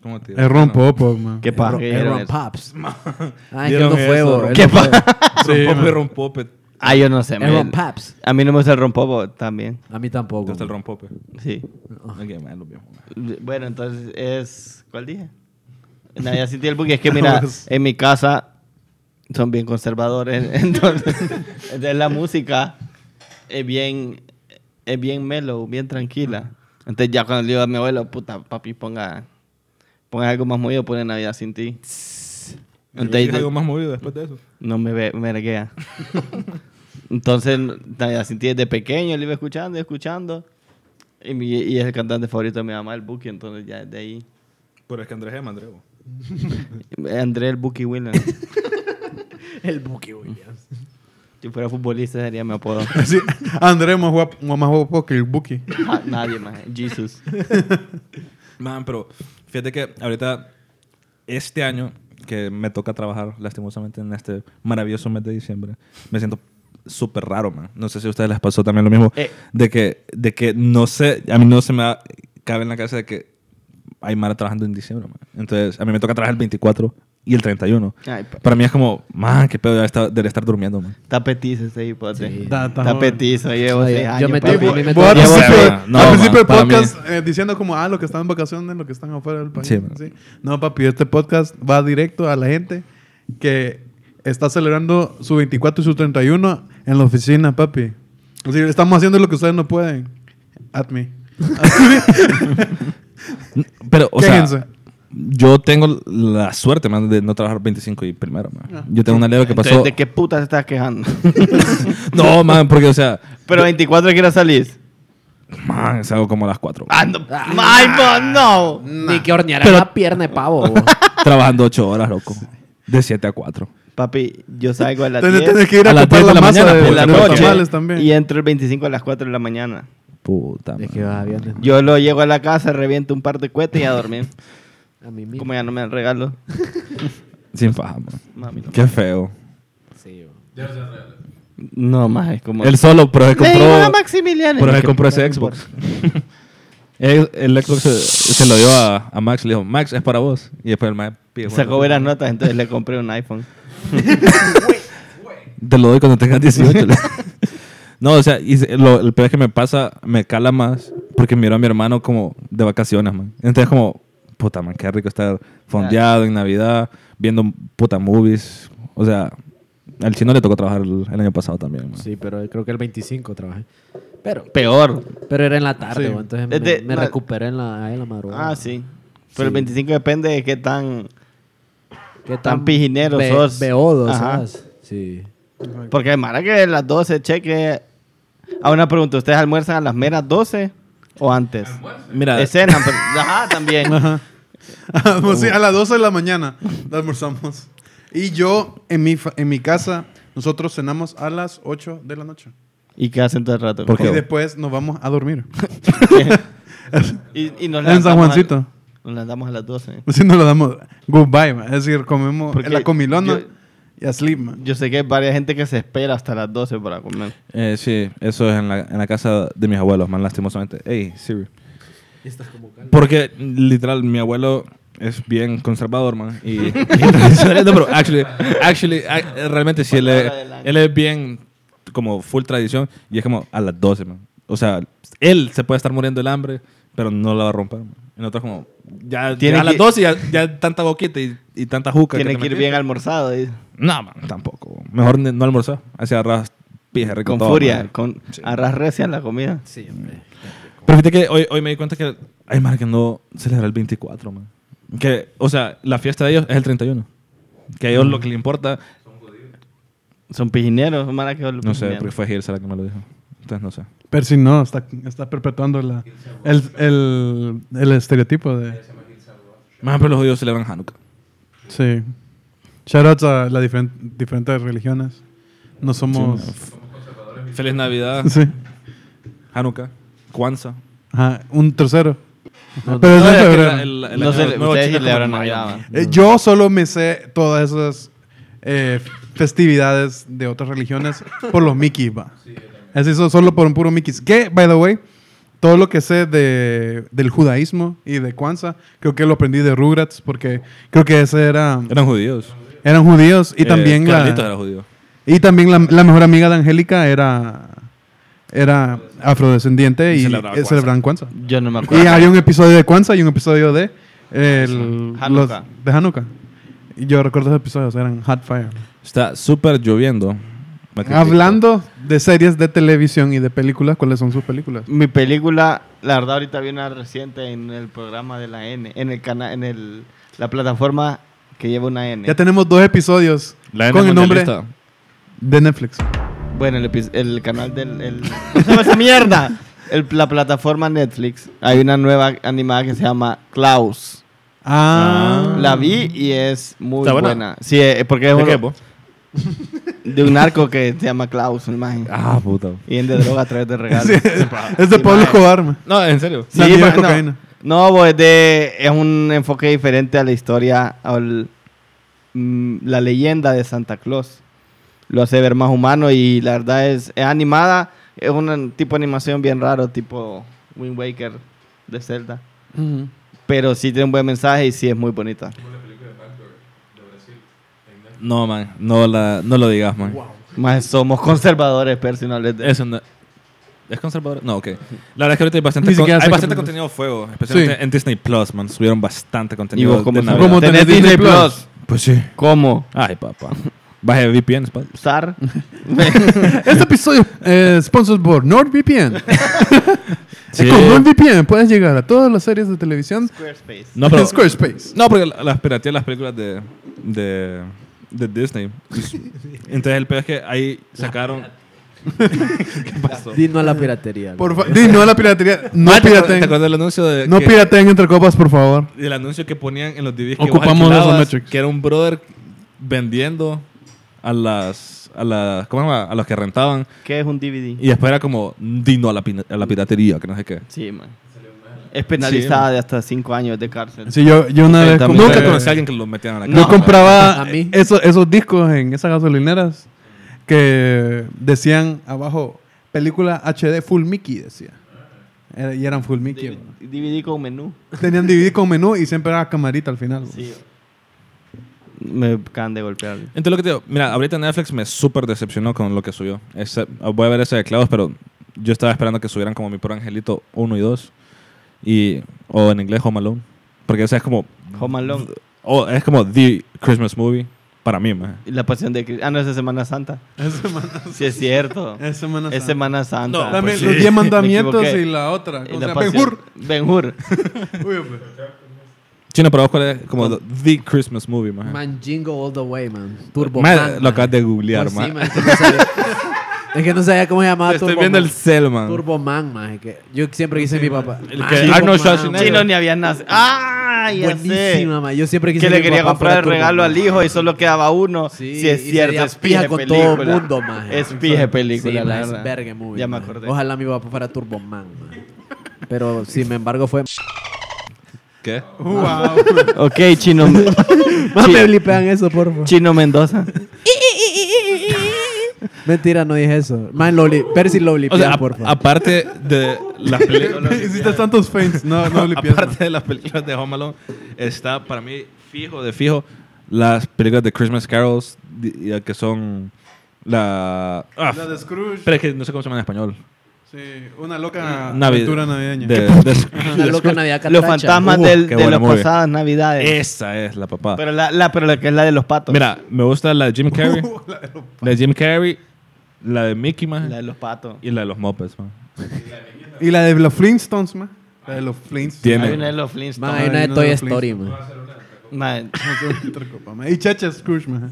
Speaker 2: ¿Cómo te digo?
Speaker 5: Es rompopo, man.
Speaker 4: ¿Qué pasa? ¿Qué
Speaker 3: El
Speaker 4: dijeron eso?
Speaker 3: rompops.
Speaker 2: (laughs)
Speaker 3: Ah,
Speaker 2: Dieron
Speaker 3: echando
Speaker 2: eso,
Speaker 3: fuego.
Speaker 2: rompope.
Speaker 4: ¿Qué
Speaker 3: el
Speaker 4: pa-
Speaker 5: Sí,
Speaker 2: Rompope,
Speaker 5: man.
Speaker 2: rompope. ¿Te
Speaker 4: Ah, yo no sé.
Speaker 3: El
Speaker 4: me-
Speaker 3: rompops.
Speaker 4: A mí no me gusta el rompopo también.
Speaker 3: A mí tampoco.
Speaker 2: gusta el
Speaker 3: man.
Speaker 2: rompope?
Speaker 4: Sí.
Speaker 2: Ok, man, lo mismo, man.
Speaker 4: Bueno, entonces es. ¿Cuál dije? Navidad sin ti del Buki. Es que mira, en mi casa son bien conservadores. (laughs) Entonces, entonces la música es bien, es bien mellow, bien tranquila. Entonces ya cuando le digo a mi abuelo, puta, papi, ponga, ponga algo más movido, pone Navidad sin ti. Entonces,
Speaker 2: algo más movido después de eso.
Speaker 4: no me ve, me verguea. Entonces, Navidad sin ti desde pequeño, lo iba escuchando y escuchando. Y, mi- y es el cantante favorito de mi mamá, el Buki, entonces ya desde ahí.
Speaker 2: Pero es que Andrés es Mandrebo.
Speaker 4: André el Buki Williams.
Speaker 3: El Buki Williams.
Speaker 4: si fuera futbolista sería mi apodo.
Speaker 5: Sí. André más guapo, más guapo que el Buki.
Speaker 4: Ja, Nadie más. Jesus.
Speaker 2: Man, pero fíjate que ahorita, este año, que me toca trabajar lastimosamente en este maravilloso mes de diciembre, me siento súper raro, man. No sé si a ustedes les pasó también lo mismo.
Speaker 4: Eh.
Speaker 2: De, que, de que no sé, a mí no se me da- cabe en la cabeza de que hay Mara trabajando en diciembre, man. Entonces, a mí me toca trabajar el 24 y el 31.
Speaker 4: Ay, pa-
Speaker 2: Para mí es como, man, qué pedo, ya está- debe estar durmiendo, man.
Speaker 4: Está petizo ese hipote.
Speaker 3: Sí.
Speaker 4: Está,
Speaker 5: Está- está joven.
Speaker 4: petizo. Llevo
Speaker 3: Oye,
Speaker 4: seis
Speaker 3: yo
Speaker 4: años.
Speaker 3: me
Speaker 4: papi.
Speaker 3: tengo-
Speaker 5: Voy- voy
Speaker 3: me tocó.
Speaker 5: al
Speaker 3: Ya
Speaker 5: principio-
Speaker 2: sé, man. No,
Speaker 5: al principio
Speaker 2: man,
Speaker 5: del
Speaker 2: para
Speaker 5: podcast eh, diciendo como, ah, los que están en vacaciones, los que están afuera del país.
Speaker 2: Sí, man.
Speaker 5: Sí. No, papi, este podcast va directo a la gente que está celebrando su 24 y su 31 en la oficina, papi. O sea, estamos haciendo lo que ustedes no pueden. At me.
Speaker 2: Pero, o sea,
Speaker 5: Quéjense.
Speaker 2: yo tengo la suerte, man, de no trabajar 25 y primero, man.
Speaker 5: Ah.
Speaker 2: Yo tengo una leo que pasó...
Speaker 4: Entonces, ¿de qué puta se estás quejando? (laughs)
Speaker 2: (laughs) No, man, porque, o sea,
Speaker 4: Pero 24 quiera salir.
Speaker 2: man, salgo como a las 4.
Speaker 4: Ando. Ay, man, no.
Speaker 3: Ni que horneara la pierna de pavo. bo.
Speaker 4: (laughs)
Speaker 2: Trabajando 8 horas, loco. De 7 a 4.
Speaker 4: Papi, yo salgo a las
Speaker 5: Entonces
Speaker 4: 10
Speaker 5: tienes que ir a,
Speaker 2: A las
Speaker 5: comprar
Speaker 2: 10 de
Speaker 5: la,
Speaker 2: la
Speaker 5: masa
Speaker 2: mañana,
Speaker 5: de,
Speaker 2: pues,
Speaker 5: de
Speaker 2: la
Speaker 5: los
Speaker 2: noche.
Speaker 5: tamales también. (laughs)
Speaker 4: y entro el 25 a las 4 de la mañana.
Speaker 2: Puta,
Speaker 3: Es
Speaker 2: man.
Speaker 3: que va bien.
Speaker 4: Yo lo llego a la casa, reviento un par de cuetes y a dormir.
Speaker 3: A mí mismo.
Speaker 4: Como ya no me dan regalo.
Speaker 2: Sin faja, man.
Speaker 4: Mami, no.
Speaker 2: Qué feo.
Speaker 3: Sí, bo.
Speaker 4: No, más es como...
Speaker 2: Él solo, pero se
Speaker 4: Le digo a
Speaker 2: compró,
Speaker 4: Maximiliano.
Speaker 2: pero se
Speaker 4: Que-
Speaker 2: compró
Speaker 4: no
Speaker 2: ese
Speaker 4: me importa.
Speaker 2: Xbox. (laughs) el, el Xbox se, se lo dio a, a Max. Le dijo, Max, es para vos. Y después el Max pide bueno,
Speaker 4: Sacó buenas notas, entonces le compré un iPhone.
Speaker 2: Te lo doy cuando tengas 18. no, o sea, y se- lo- el peor es que me pasa, me cala más porque miro a mi hermano como de vacaciones, man. Entonces como, puta, man, qué rico estar fondeado en Navidad, viendo puta movies. O sea, al chino le tocó trabajar el, el año pasado también, man.
Speaker 3: Sí, pero creo que el 25 trabajé. Pero,
Speaker 4: Peor.
Speaker 3: pero era en la tarde, bo, entonces me,
Speaker 4: Desde-
Speaker 3: me
Speaker 4: no.
Speaker 3: recuperé en la, ahí en la madrugada.
Speaker 4: Ah, sí. Pero el 25 depende de qué tan...
Speaker 3: ¿Qué
Speaker 4: tan pijinero sos.
Speaker 3: Beodo,
Speaker 4: Ajá.
Speaker 3: ¿sabes? Sí.
Speaker 4: Porque de manera que las 12 cheque. A una pregunta, ¿ustedes almuerzan a las meras 12 o antes?
Speaker 2: Mira,
Speaker 4: Escenan, pero- ajá,
Speaker 2: (laughs)
Speaker 4: también.
Speaker 5: Pues sí, a las 12 de la mañana almorzamos. Y yo, en mi, fa- en mi casa, nosotros cenamos a las 8 de la noche.
Speaker 4: ¿Y qué hacen todo el rato?
Speaker 2: ¿Por qué?
Speaker 5: Y después nos vamos a dormir. (laughs)
Speaker 4: Y, y nos
Speaker 5: en
Speaker 4: levantamos
Speaker 5: San
Speaker 4: a-
Speaker 5: Juancito.
Speaker 4: nos levantamos a las 12.
Speaker 5: Así nos lo damos goodbye, man. es decir, comemos
Speaker 4: Porque
Speaker 5: en la comilona
Speaker 4: yo-
Speaker 5: y a sleep, man.
Speaker 4: Yo sé que hay varias gente que se espera hasta las 12 para comer.
Speaker 2: eh, sí, eso es en la, en la casa de mis abuelos, man, lastimosamente. Ey, Siri. Porque literal, mi abuelo es bien conservador, man. Y, y tradicional. no, pero actually, actually, a- realmente sí, él es,
Speaker 4: Palabra del año.
Speaker 2: él es bien como full tradición y es como a las 12, man. O sea, él se puede estar muriendo el hambre, pero no la va a romper. Man. Y nosotros como, ya,
Speaker 4: Tiene
Speaker 2: ya a las
Speaker 4: que-
Speaker 2: 12 ya, ya tanta boquita y, y tanta juca.
Speaker 4: Tiene
Speaker 2: te
Speaker 4: que ir
Speaker 2: metiste.
Speaker 4: bien almorzado. dice.
Speaker 2: No, man, tampoco. Mejor ni- no almorzar. Así agarras pija rico
Speaker 4: Con
Speaker 2: todo,
Speaker 4: furia,
Speaker 2: man.
Speaker 4: con arras recia en la comida.
Speaker 3: Sí, hombre.
Speaker 2: Pero fíjate que hoy, hoy me di cuenta que hay más que no celebra el 24, man. Que, o sea, la fiesta de ellos es el 31. Que a ellos lo que le importa,
Speaker 4: Son pijineros, son maras que son
Speaker 2: no sé,
Speaker 4: pijineros.
Speaker 2: porque fue Gilsa la que me lo dijo. Entonces no sé.
Speaker 5: Pero si no, está, está perpetuando la- el, el- el estereotipo de...
Speaker 2: Más pero los judíos celebran Hanukkah.
Speaker 5: Sí. Shoutouts a las difer- diferentes religiones. No somos...
Speaker 2: Feliz Navidad,
Speaker 5: (laughs) Sí.
Speaker 2: Hanukkah, Kwanzaa.
Speaker 5: Ajá, un tercero.
Speaker 3: No,
Speaker 5: Pero
Speaker 2: No, es
Speaker 5: eso es
Speaker 2: que
Speaker 5: febrero.
Speaker 2: la- el- el
Speaker 4: No
Speaker 2: año
Speaker 4: sé,
Speaker 2: nuevo
Speaker 4: ustedes
Speaker 2: chino
Speaker 4: celebran
Speaker 2: como en
Speaker 4: Navidad,
Speaker 2: Miami.
Speaker 4: man.
Speaker 5: Eh, yo solo me sé todas esas eh, festividades de otras religiones por los Mickey, va. es eso, solo por un puro Mickey. Que, by the way, todo lo que sé de, del judaísmo y de Kwanzaa, creo que lo aprendí de Rugrats, porque creo que ese era,
Speaker 2: Eran judíos.
Speaker 5: eran judíos y también
Speaker 2: Eh, Carlitos era
Speaker 5: la,
Speaker 2: judío.
Speaker 5: y también la, la mejor amiga de Angélica era, era afrodescendiente
Speaker 2: Y
Speaker 5: y,
Speaker 2: celebraba
Speaker 5: eh,
Speaker 2: Kwanzaa.
Speaker 5: celebraban Kwanzaa.
Speaker 4: Yo no me
Speaker 5: Y
Speaker 4: acuerdo.
Speaker 5: había un episodio de Kwanzaa y un episodio de. el-
Speaker 4: Hanukkah.
Speaker 5: los- de Hanukkah. Y yo recuerdo esos episodios, eran Hot Fire.
Speaker 2: Está súper lloviendo. Michael
Speaker 5: Hablando de series de televisión y de películas, ¿cuáles son sus películas?
Speaker 4: Mi película, la verdad, ahorita vi una reciente en el programa de la N, en el canal, en el, la plataforma que lleva una N.
Speaker 5: Ya tenemos dos episodios
Speaker 2: La N
Speaker 5: con el nombre
Speaker 2: mundialista.
Speaker 5: de Netflix.
Speaker 4: Bueno, el, epi- el canal del. El, ¿Cómo se llama esa mierda? (laughs) El- la plataforma Netflix. Hay una nueva animada que se llama Klaus.
Speaker 5: Ah,
Speaker 4: La vi y es muy
Speaker 2: ¿Está buena?
Speaker 4: buena. Sí, eh, porque es
Speaker 2: ¿De (laughs)
Speaker 4: uno-
Speaker 2: qué, po?
Speaker 4: de un narco que se llama Klaus, el maje.
Speaker 2: Ah, puta.
Speaker 4: Y vende droga a través de regalos.
Speaker 5: es de
Speaker 4: Sí,
Speaker 5: Pablo
Speaker 4: mae.
Speaker 5: Escobar. mae.
Speaker 2: No, en serio.
Speaker 5: La
Speaker 4: Sí,
Speaker 5: nieve
Speaker 4: pues,
Speaker 5: es cocaína.
Speaker 4: No, bo, es, de, es un enfoque diferente a la historia, al, mm, la leyenda de Santa Claus. Lo hace ver más humano y la verdad es, es animada. Es un tipo de animación bien raro, tipo Wind Waker de Zelda. Pero sí tiene un buen mensaje y sí es muy bonita.
Speaker 2: No, man. No, la, no lo digas, man.
Speaker 4: Más somos conservadores personales. De...
Speaker 2: Eso no- ¿Es conservador? No, ok. La verdad es que ahorita hay bastante,
Speaker 5: Ni
Speaker 2: con-
Speaker 5: siquiera
Speaker 2: hay
Speaker 5: sé
Speaker 2: bastante
Speaker 5: qué-
Speaker 2: contenido fuego. Especialmente en Disney Plus, man. Subieron bastante
Speaker 4: Y
Speaker 2: contenido.
Speaker 4: vos cómo
Speaker 2: de
Speaker 4: sabes?
Speaker 2: Navidad.
Speaker 5: ¿Cómo
Speaker 4: ¿Tenés
Speaker 5: tenés
Speaker 4: Disney
Speaker 5: Disney
Speaker 4: Plus?
Speaker 2: Pues sí.
Speaker 4: ¿Cómo?
Speaker 2: Ay, papá. Baje VPN, pa. (laughs)
Speaker 4: ¿Sar?
Speaker 5: Este episodio eh, sponsored por
Speaker 4: (laughs)
Speaker 5: NordVPN. (laughs)
Speaker 2: Sí.
Speaker 5: Con NordVPN puedes llegar a todas las series de televisión
Speaker 4: Squarespace.
Speaker 2: No,
Speaker 5: (laughs)
Speaker 2: pero.
Speaker 5: Squarespace.
Speaker 2: No, porque la- las piratean las películas de, de, de Disney. Y su- Entonces el peor es que ahí sacaron. ¿Qué pasó?
Speaker 3: Di no a la piratería.
Speaker 5: Por
Speaker 3: loco.
Speaker 5: fa- Di, no a la piratería. No
Speaker 2: Ah, ¿te acuerdas- ¿Te
Speaker 5: pirateen.
Speaker 2: acuerdas del anuncio de.?
Speaker 5: No
Speaker 2: que-
Speaker 5: pirateen entre copas, por favor.
Speaker 2: del anuncio que ponían en los DVDs que
Speaker 5: Ocupamos
Speaker 2: vos
Speaker 5: de esos
Speaker 2: alquilabas,
Speaker 5: metrics.
Speaker 2: Que era un brother vendiendo a las. A, las ¿cómo se llama? a los que rentaban.
Speaker 4: ¿Qué es un DVD?
Speaker 2: Y después era como. Dino a la, pina- a la piratería, que no sé qué.
Speaker 4: Sí, man. Es penalizada de hasta 5 años de cárcel.
Speaker 5: Sí, yo, yo una vez...
Speaker 2: Eh, También- Nunca
Speaker 5: compré-
Speaker 2: conocí a alguien que lo metían a la
Speaker 4: No.
Speaker 5: Yo
Speaker 2: cárcel.
Speaker 5: compraba
Speaker 3: a mí.
Speaker 5: Esos, esos discos en esas gasolineras que decían abajo, película HD Full Mickey, decía. Era- y eran Full Mickey.
Speaker 4: DVD,
Speaker 5: bro.
Speaker 4: con menú.
Speaker 5: Tenían DVD con menú y siempre era camarita al final. bro.
Speaker 4: Me acaban de golpear.
Speaker 2: Entonces lo que te digo, mira, ahorita Netflix me súper decepcionó con lo que subió. Ese- voy a ver ese de Klaus, pero yo estaba esperando que subieran como Mi Pobre Angelito 1 y 2. Y, o en inglés Home Alone. Porque esa es como,
Speaker 4: Home Alone.
Speaker 2: o es como The Christmas Movie para mí, man.
Speaker 4: Y La pasión de Cristo. Ah, no, es de Semana Santa.
Speaker 5: Es Semana,
Speaker 4: Sí, es cierto.
Speaker 5: es Semana
Speaker 4: es
Speaker 5: Santa.
Speaker 4: Semana Santa.
Speaker 2: No, pues
Speaker 5: También
Speaker 2: sí.
Speaker 5: los
Speaker 2: (laughs)
Speaker 5: 10 mandamientos
Speaker 4: (laughs) Me equivoqué.
Speaker 5: y la otra.
Speaker 4: Y
Speaker 5: ¿cómo se
Speaker 4: la
Speaker 5: llama?
Speaker 4: pasión-
Speaker 5: Ben-Hur.
Speaker 4: Ben-Hur.
Speaker 5: Uy, hombre.
Speaker 2: Chino, pero vos cuál es como The Christmas Movie, man.
Speaker 3: Man, jingo all the way, man. Turbo
Speaker 2: Man,
Speaker 3: Man,
Speaker 2: lo
Speaker 3: man.
Speaker 2: acabas de googlear,
Speaker 3: Pues sí,
Speaker 2: man.
Speaker 3: man, es que no sabía. (laughs) Es que no sabía cómo se llamaba
Speaker 2: Te (laughs) estoy
Speaker 3: Turbo
Speaker 2: viendo
Speaker 3: Man.
Speaker 2: el cel, man.
Speaker 3: Turbo Man, man, es que yo siempre quise mi papá.
Speaker 2: El
Speaker 3: Man,
Speaker 2: que
Speaker 3: Turbo
Speaker 2: Arnold
Speaker 3: Man,
Speaker 2: Schwarzenegger.
Speaker 4: Chino
Speaker 3: man.
Speaker 4: ni había nacido. ¡Ah! Ya
Speaker 3: Buenísima, man. Yo siempre
Speaker 4: sé.
Speaker 3: quise
Speaker 4: Que le
Speaker 3: mi
Speaker 4: quería
Speaker 3: papá
Speaker 4: comprar
Speaker 3: fuera
Speaker 4: el
Speaker 3: Turbo
Speaker 4: regalo
Speaker 3: Man.
Speaker 4: al hijo y solo quedaba uno.
Speaker 3: Sí,
Speaker 4: Sí, es
Speaker 3: y
Speaker 4: cierto.
Speaker 3: sería
Speaker 4: Es pija
Speaker 3: pija con
Speaker 4: película.
Speaker 3: todo
Speaker 4: (laughs)
Speaker 3: mundo, man.
Speaker 4: Es pija película,
Speaker 3: Sí,
Speaker 4: la
Speaker 3: man, es
Speaker 4: verdad.
Speaker 3: verga movie,
Speaker 4: Ya me
Speaker 3: man.
Speaker 4: acordé.
Speaker 3: Ojalá mi papá fuera Turbo Man, man. Pero
Speaker 4: (laughs)
Speaker 3: sin embargo fue.
Speaker 2: ¿Qué?
Speaker 4: Ok, Chino.
Speaker 3: Más me blipean eso, por favor.
Speaker 4: Chino Mendoza.
Speaker 3: Mentira, no dije eso. Man, lo bli- Percy lo
Speaker 2: O sea,
Speaker 3: blipean,
Speaker 2: a-
Speaker 3: por favor.
Speaker 2: aparte de
Speaker 3: (laughs)
Speaker 2: las (laughs) películas...
Speaker 5: (laughs) Hiciste tantos feints. No,
Speaker 2: (laughs)
Speaker 5: no limpias.
Speaker 2: Aparte de las películas de Home Alone, está para mí fijo de fijo las películas de Christmas Carols di- y- que son la. ah,
Speaker 5: La de Scrooge.
Speaker 2: pero es que no sé cómo se llama en español.
Speaker 5: Sí, una
Speaker 3: Ah,
Speaker 5: loca
Speaker 2: Navi-
Speaker 5: aventura navideña.
Speaker 2: De- de-
Speaker 3: Una loca Navidad
Speaker 4: Los
Speaker 3: catracha.
Speaker 4: fantasmas
Speaker 2: Uh,
Speaker 4: del-
Speaker 2: qué
Speaker 4: de
Speaker 2: buena
Speaker 4: las
Speaker 2: movie.
Speaker 4: pasadas navidades.
Speaker 2: (laughs) Esa es la papá.
Speaker 4: Pero la, la, pero la que es la de los patos.
Speaker 2: Mira, me gusta la de Jim Carrey. (laughs) la de Jim Carrey, la de Mickey man,
Speaker 4: La de los patos.
Speaker 2: y la de los Muppets. man.
Speaker 5: Y la de los Flintstones, ma. La de los Flintstones.
Speaker 2: Tiene-
Speaker 4: Hay una de los
Speaker 3: Man,
Speaker 4: Flintstones.
Speaker 3: hay una de
Speaker 5: no,
Speaker 3: Toy
Speaker 5: no,
Speaker 3: Story, man.
Speaker 4: Man,
Speaker 5: Otra copa, ma. Y Chacha Scrooge, ma.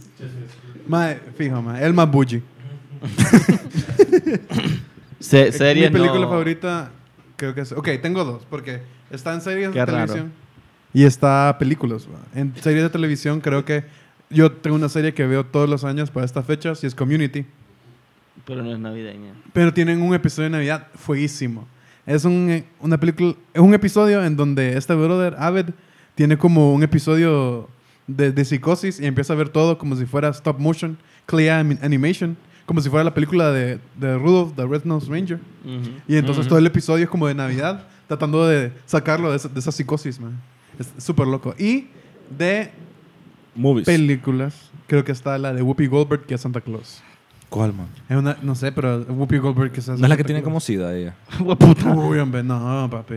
Speaker 5: Ma, fijo, ma. El más bully.
Speaker 4: se-
Speaker 5: Mi
Speaker 4: series
Speaker 5: película
Speaker 4: no.
Speaker 5: favorita, creo que es. Ok, tengo dos, porque está en series
Speaker 4: Qué
Speaker 5: de
Speaker 4: raro.
Speaker 5: televisión y está películas. ma. En series de televisión, creo que yo tengo una serie que veo todos los años para estas fechas y es Community.
Speaker 4: Pero no es navideña.
Speaker 5: Pero tienen un episodio de Navidad fueguísimo. Es un, eh, una película, es un episodio en donde este brother, Aved, tiene como un episodio de, de psicosis y empieza a ver todo como si fuera stop motion, clay anim- animation, como si fuera la película de, de Rudolph, The Red Nose Ranger. Y entonces todo el episodio es como de Navidad, tratando de sacarlo de esa, de esa psicosis, man. Es súper loco. Y de
Speaker 2: Movies.
Speaker 5: películas, creo que está la de Whoopi Goldberg, que es Santa Claus.
Speaker 2: ¿Cuál, man?
Speaker 5: Es una, no sé, pero Whoopi Goldberg que
Speaker 2: (laughs) No es la que tiene como sida ella.
Speaker 5: Puta. Uy, hombre, no, papi.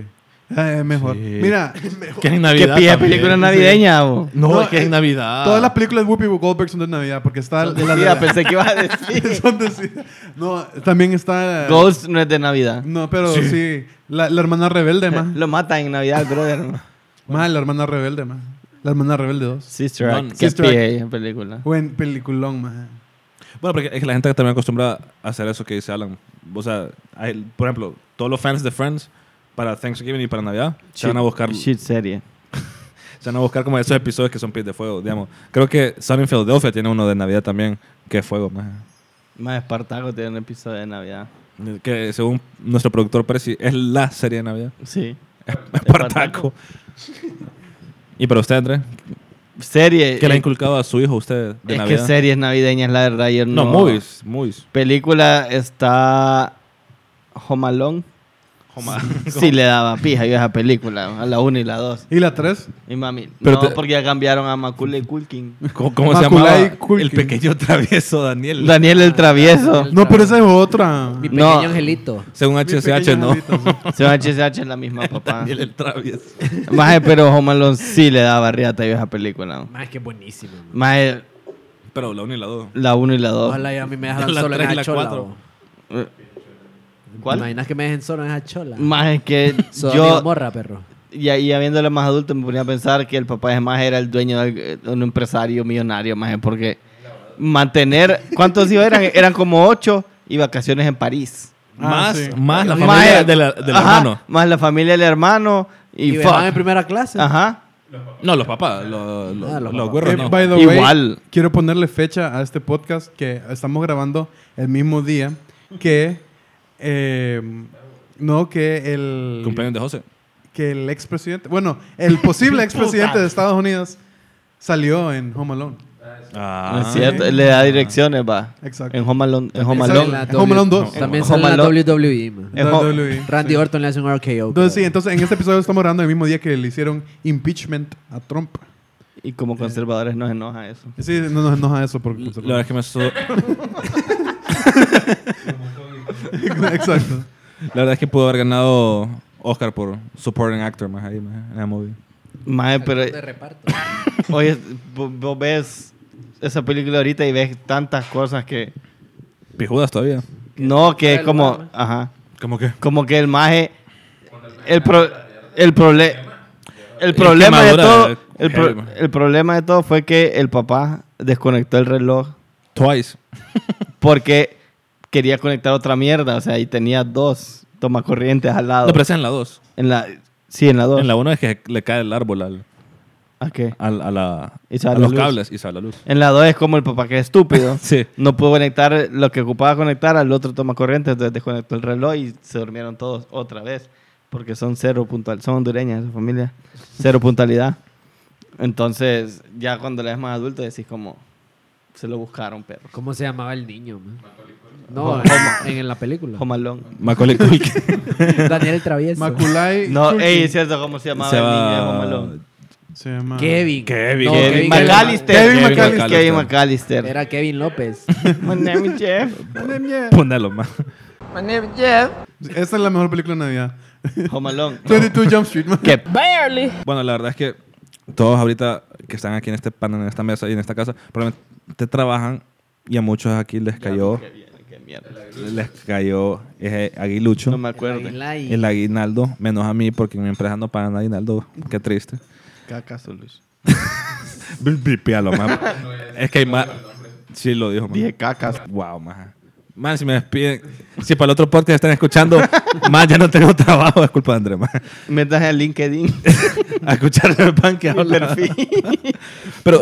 Speaker 5: Eh, mejor. Mira,
Speaker 10: Que es en
Speaker 4: ¿Qué
Speaker 10: Navidad.
Speaker 4: pide
Speaker 10: también.
Speaker 4: película navideña, bo?
Speaker 10: No,
Speaker 5: No,
Speaker 10: es que es
Speaker 5: eh,
Speaker 10: en Navidad.
Speaker 5: todas las películas de Whoopi Goldberg son de Navidad porque está la, la-
Speaker 4: Decía, pensé que ibas a
Speaker 2: (laughs)
Speaker 4: decir.
Speaker 5: (laughs) son de- No, también está
Speaker 4: Ghost no es de Navidad.
Speaker 5: No, pero sí, la, la hermana rebelde más.
Speaker 4: (laughs) Lo matan en Navidad,
Speaker 2: (laughs)
Speaker 4: brother.
Speaker 5: Más la hermana rebelde más. La hermana rebelde 2.
Speaker 4: Sister
Speaker 10: No,
Speaker 4: Act.
Speaker 10: no.
Speaker 4: ¿Qué
Speaker 5: Sister
Speaker 4: pide ella en película?
Speaker 5: Buen peliculón más.
Speaker 2: Bueno, porque es que la gente también acostumbra a hacer eso que dice Alan. O sea, hay- por ejemplo, todos los fans de Friends para Thanksgiving y para Navidad se van a buscar
Speaker 4: Shit serie.
Speaker 2: se van a buscar como esos episodios que son pies de fuego, digamos. Creo que Sun in Philadelphia tiene uno de Navidad también que es fuego, maje.
Speaker 4: Más Espartaco tiene un episodio de Navidad.
Speaker 2: que según nuestro productor Percy es la serie de Navidad.
Speaker 4: Sí.
Speaker 2: Espartaco. y para usted, Andrés,
Speaker 4: Serie.
Speaker 2: ¿qué le ha
Speaker 4: eh,
Speaker 2: inculcado a su hijo usted de
Speaker 4: es que
Speaker 2: Navidad?
Speaker 4: series navideñas, la verdad, ayer no.
Speaker 2: no, movies, movies.
Speaker 4: Película está Home Alone. Sí, le daba pija yo a esa película, a la 1 y la 2.
Speaker 5: ¿Y la 3?
Speaker 4: Y mami,
Speaker 2: Pero
Speaker 4: no,
Speaker 2: te-
Speaker 4: porque ya cambiaron a Macaulay Culkin.
Speaker 2: ¿Cómo, cómo se
Speaker 5: Maculay
Speaker 2: llamaba?
Speaker 5: Culkin.
Speaker 2: El pequeño travieso Daniel.
Speaker 4: Daniel el Travieso.
Speaker 5: No, pero esa es otra.
Speaker 3: Mi
Speaker 4: No.
Speaker 3: pequeño angelito.
Speaker 2: Según HCH, no.
Speaker 4: (laughs) Se va a HCH es la misma,
Speaker 2: (laughs)
Speaker 4: papá.
Speaker 2: Daniel el travieso.
Speaker 4: Maje, pero Home Alone sí le daba riata yo a esa película.
Speaker 3: Más que buenísimo. man.
Speaker 4: Maje,
Speaker 2: Pero la 1 y la 2.
Speaker 4: la 1 y la 2.
Speaker 3: Ojalá y a mí me dejaran
Speaker 2: La
Speaker 3: solo en
Speaker 2: tres y
Speaker 3: esa
Speaker 2: la
Speaker 3: chola.
Speaker 2: cuatro.
Speaker 3: bo. ¿Te
Speaker 4: ¿Cuál?
Speaker 3: imaginas que me dejen solo en esa chola?
Speaker 4: Maje, que
Speaker 2: (laughs)
Speaker 3: Soy amigo
Speaker 4: yo,
Speaker 3: morra, perro.
Speaker 4: y, y habiéndolo más adulto, me ponía a pensar que el papá de más era el dueño de un empresario millonario, maje, porque mantener. ¿Cuántos hijos eran? Eran como 8 y vacaciones en París.
Speaker 2: más,
Speaker 5: sí.
Speaker 2: más la
Speaker 3: Maje.
Speaker 2: familia de la- del
Speaker 4: Ajá,
Speaker 2: hermano.
Speaker 4: Más la familia del hermano
Speaker 3: Y,
Speaker 4: y, fuck.
Speaker 3: van en primera clase.
Speaker 4: Ajá.
Speaker 2: No, los papás, los, los,
Speaker 3: Ah, los
Speaker 2: los
Speaker 3: papás.
Speaker 2: güeros
Speaker 5: Eh,
Speaker 2: no.
Speaker 5: by the
Speaker 4: Igual.
Speaker 5: way, quiero ponerle fecha a este podcast que estamos grabando el mismo día que. eh, no, que el.
Speaker 2: Cumpleaños de José.
Speaker 5: Que el expresidente. Bueno, el
Speaker 4: (laughs)
Speaker 5: posible expresidente de Estados Unidos salió en Home Alone.
Speaker 2: Ah,
Speaker 4: No es cierto, le da direcciones, va.
Speaker 5: Exacto.
Speaker 4: En Home Alone. En Home
Speaker 5: Exacto.
Speaker 4: Alone.
Speaker 3: En la
Speaker 5: Home Alone 2.
Speaker 3: W- También
Speaker 4: Home
Speaker 3: sale en la
Speaker 4: Alone.
Speaker 3: WWE, man.
Speaker 4: en Home-
Speaker 5: WWE,
Speaker 3: Randy
Speaker 5: sí.
Speaker 3: Orton le hace un RKO. creo.
Speaker 5: Entonces, sí, entonces en este episodio estamos grabando el mismo día que le hicieron impeachment a Trump.
Speaker 4: Y como conservadores nos enoja eso.
Speaker 5: Sí, no nos enoja eso porque
Speaker 2: La verdad es que me so- la
Speaker 5: Exacto.
Speaker 2: verdad es que pudo haber ganado Oscar por supporting actor más ahí más en la movie.
Speaker 4: Mae, pero
Speaker 3: De reparto.
Speaker 4: oye, vo- vos ves esa película ahorita y ves tantas cosas que.
Speaker 2: Pijudas todavía.
Speaker 4: No, que es
Speaker 3: el
Speaker 4: como.
Speaker 3: problema.
Speaker 4: Ajá.
Speaker 2: ¿Cómo que?
Speaker 4: Como que el maje. El, pro- el, problema el problema de
Speaker 2: madura,
Speaker 4: todo.
Speaker 2: eh,
Speaker 4: El, pro-
Speaker 2: heavy, mae.
Speaker 4: el problema de todo fue que el papá desconectó el reloj
Speaker 2: Twice.
Speaker 4: porque quería conectar otra mierda. O sea, y tenía dos tomacorrientes al lado.
Speaker 2: No, pero esa es en la 2.
Speaker 4: en la, sí, en la dos.
Speaker 2: En la 1 es que le cae el árbol al,
Speaker 4: ¿A qué?
Speaker 2: al- a, la,
Speaker 4: Y se
Speaker 2: a
Speaker 4: va la
Speaker 2: los
Speaker 4: luz.
Speaker 2: cables y sale la luz.
Speaker 4: En la 2 es como el papá que
Speaker 2: (laughs)
Speaker 4: es estúpido.
Speaker 2: Sí.
Speaker 4: No pudo conectar lo que ocupaba conectar al otro toma corriente, entonces desconectó el reloj y se durmieron todos otra vez. Porque son cero puntual, son hondureñas esa familia, cero puntualidad. Entonces, ya cuando le es más adulto decís como, se lo buscaron, perro.
Speaker 3: ¿Cómo se llamaba el niño, man? No, en, en la película.
Speaker 4: Jomalón. (laughs)
Speaker 2: Macaulay Culkin.
Speaker 3: Daniel el Travieso.
Speaker 5: Maculay.
Speaker 4: No,
Speaker 5: Culkin.
Speaker 4: ey, es cierto, ¿cómo se llamaba
Speaker 2: Se
Speaker 4: el
Speaker 2: va-
Speaker 4: niño de Jomalón?
Speaker 5: Se llama.
Speaker 3: Kevin. Kevin. No,
Speaker 4: Kevin,
Speaker 3: Kevin
Speaker 4: McAllister.
Speaker 5: Kevin
Speaker 2: McAllister.
Speaker 4: Kevin McAllister.
Speaker 3: Era Kevin López.
Speaker 4: (laughs) My name is Jeff.
Speaker 2: Póndalo más.
Speaker 5: Esa es la mejor película de Navidad.
Speaker 4: Jomalón.
Speaker 5: 22 Jump Street.
Speaker 4: (laughs)
Speaker 5: man.
Speaker 4: Que
Speaker 2: Bueno, la verdad es que todos ahorita que están aquí en este panel, en esta mesa y en esta casa, probablemente trabajan y a muchos aquí les cayó,
Speaker 4: qué mierda.
Speaker 2: les cayó ese aguilucho.
Speaker 4: No me acuerdo.
Speaker 3: Eli.
Speaker 2: El aguinaldo, menos a mí, porque en mi empresa no pagan aguinaldo. Qué triste.
Speaker 4: Caca Solus.
Speaker 2: Bil- Bipialo,
Speaker 4: (laughs)
Speaker 2: man. es que hay más. Sí, lo dijo, man.
Speaker 4: Dije cacas.
Speaker 2: Wow, man. Man, si me despiden. Si para el otro podcast están escuchando, man, ya no tengo trabajo. Es culpa de Andrés, man.
Speaker 4: Metas en LinkedIn.
Speaker 2: A escuchar el pan que
Speaker 4: El
Speaker 2: habla. Pero,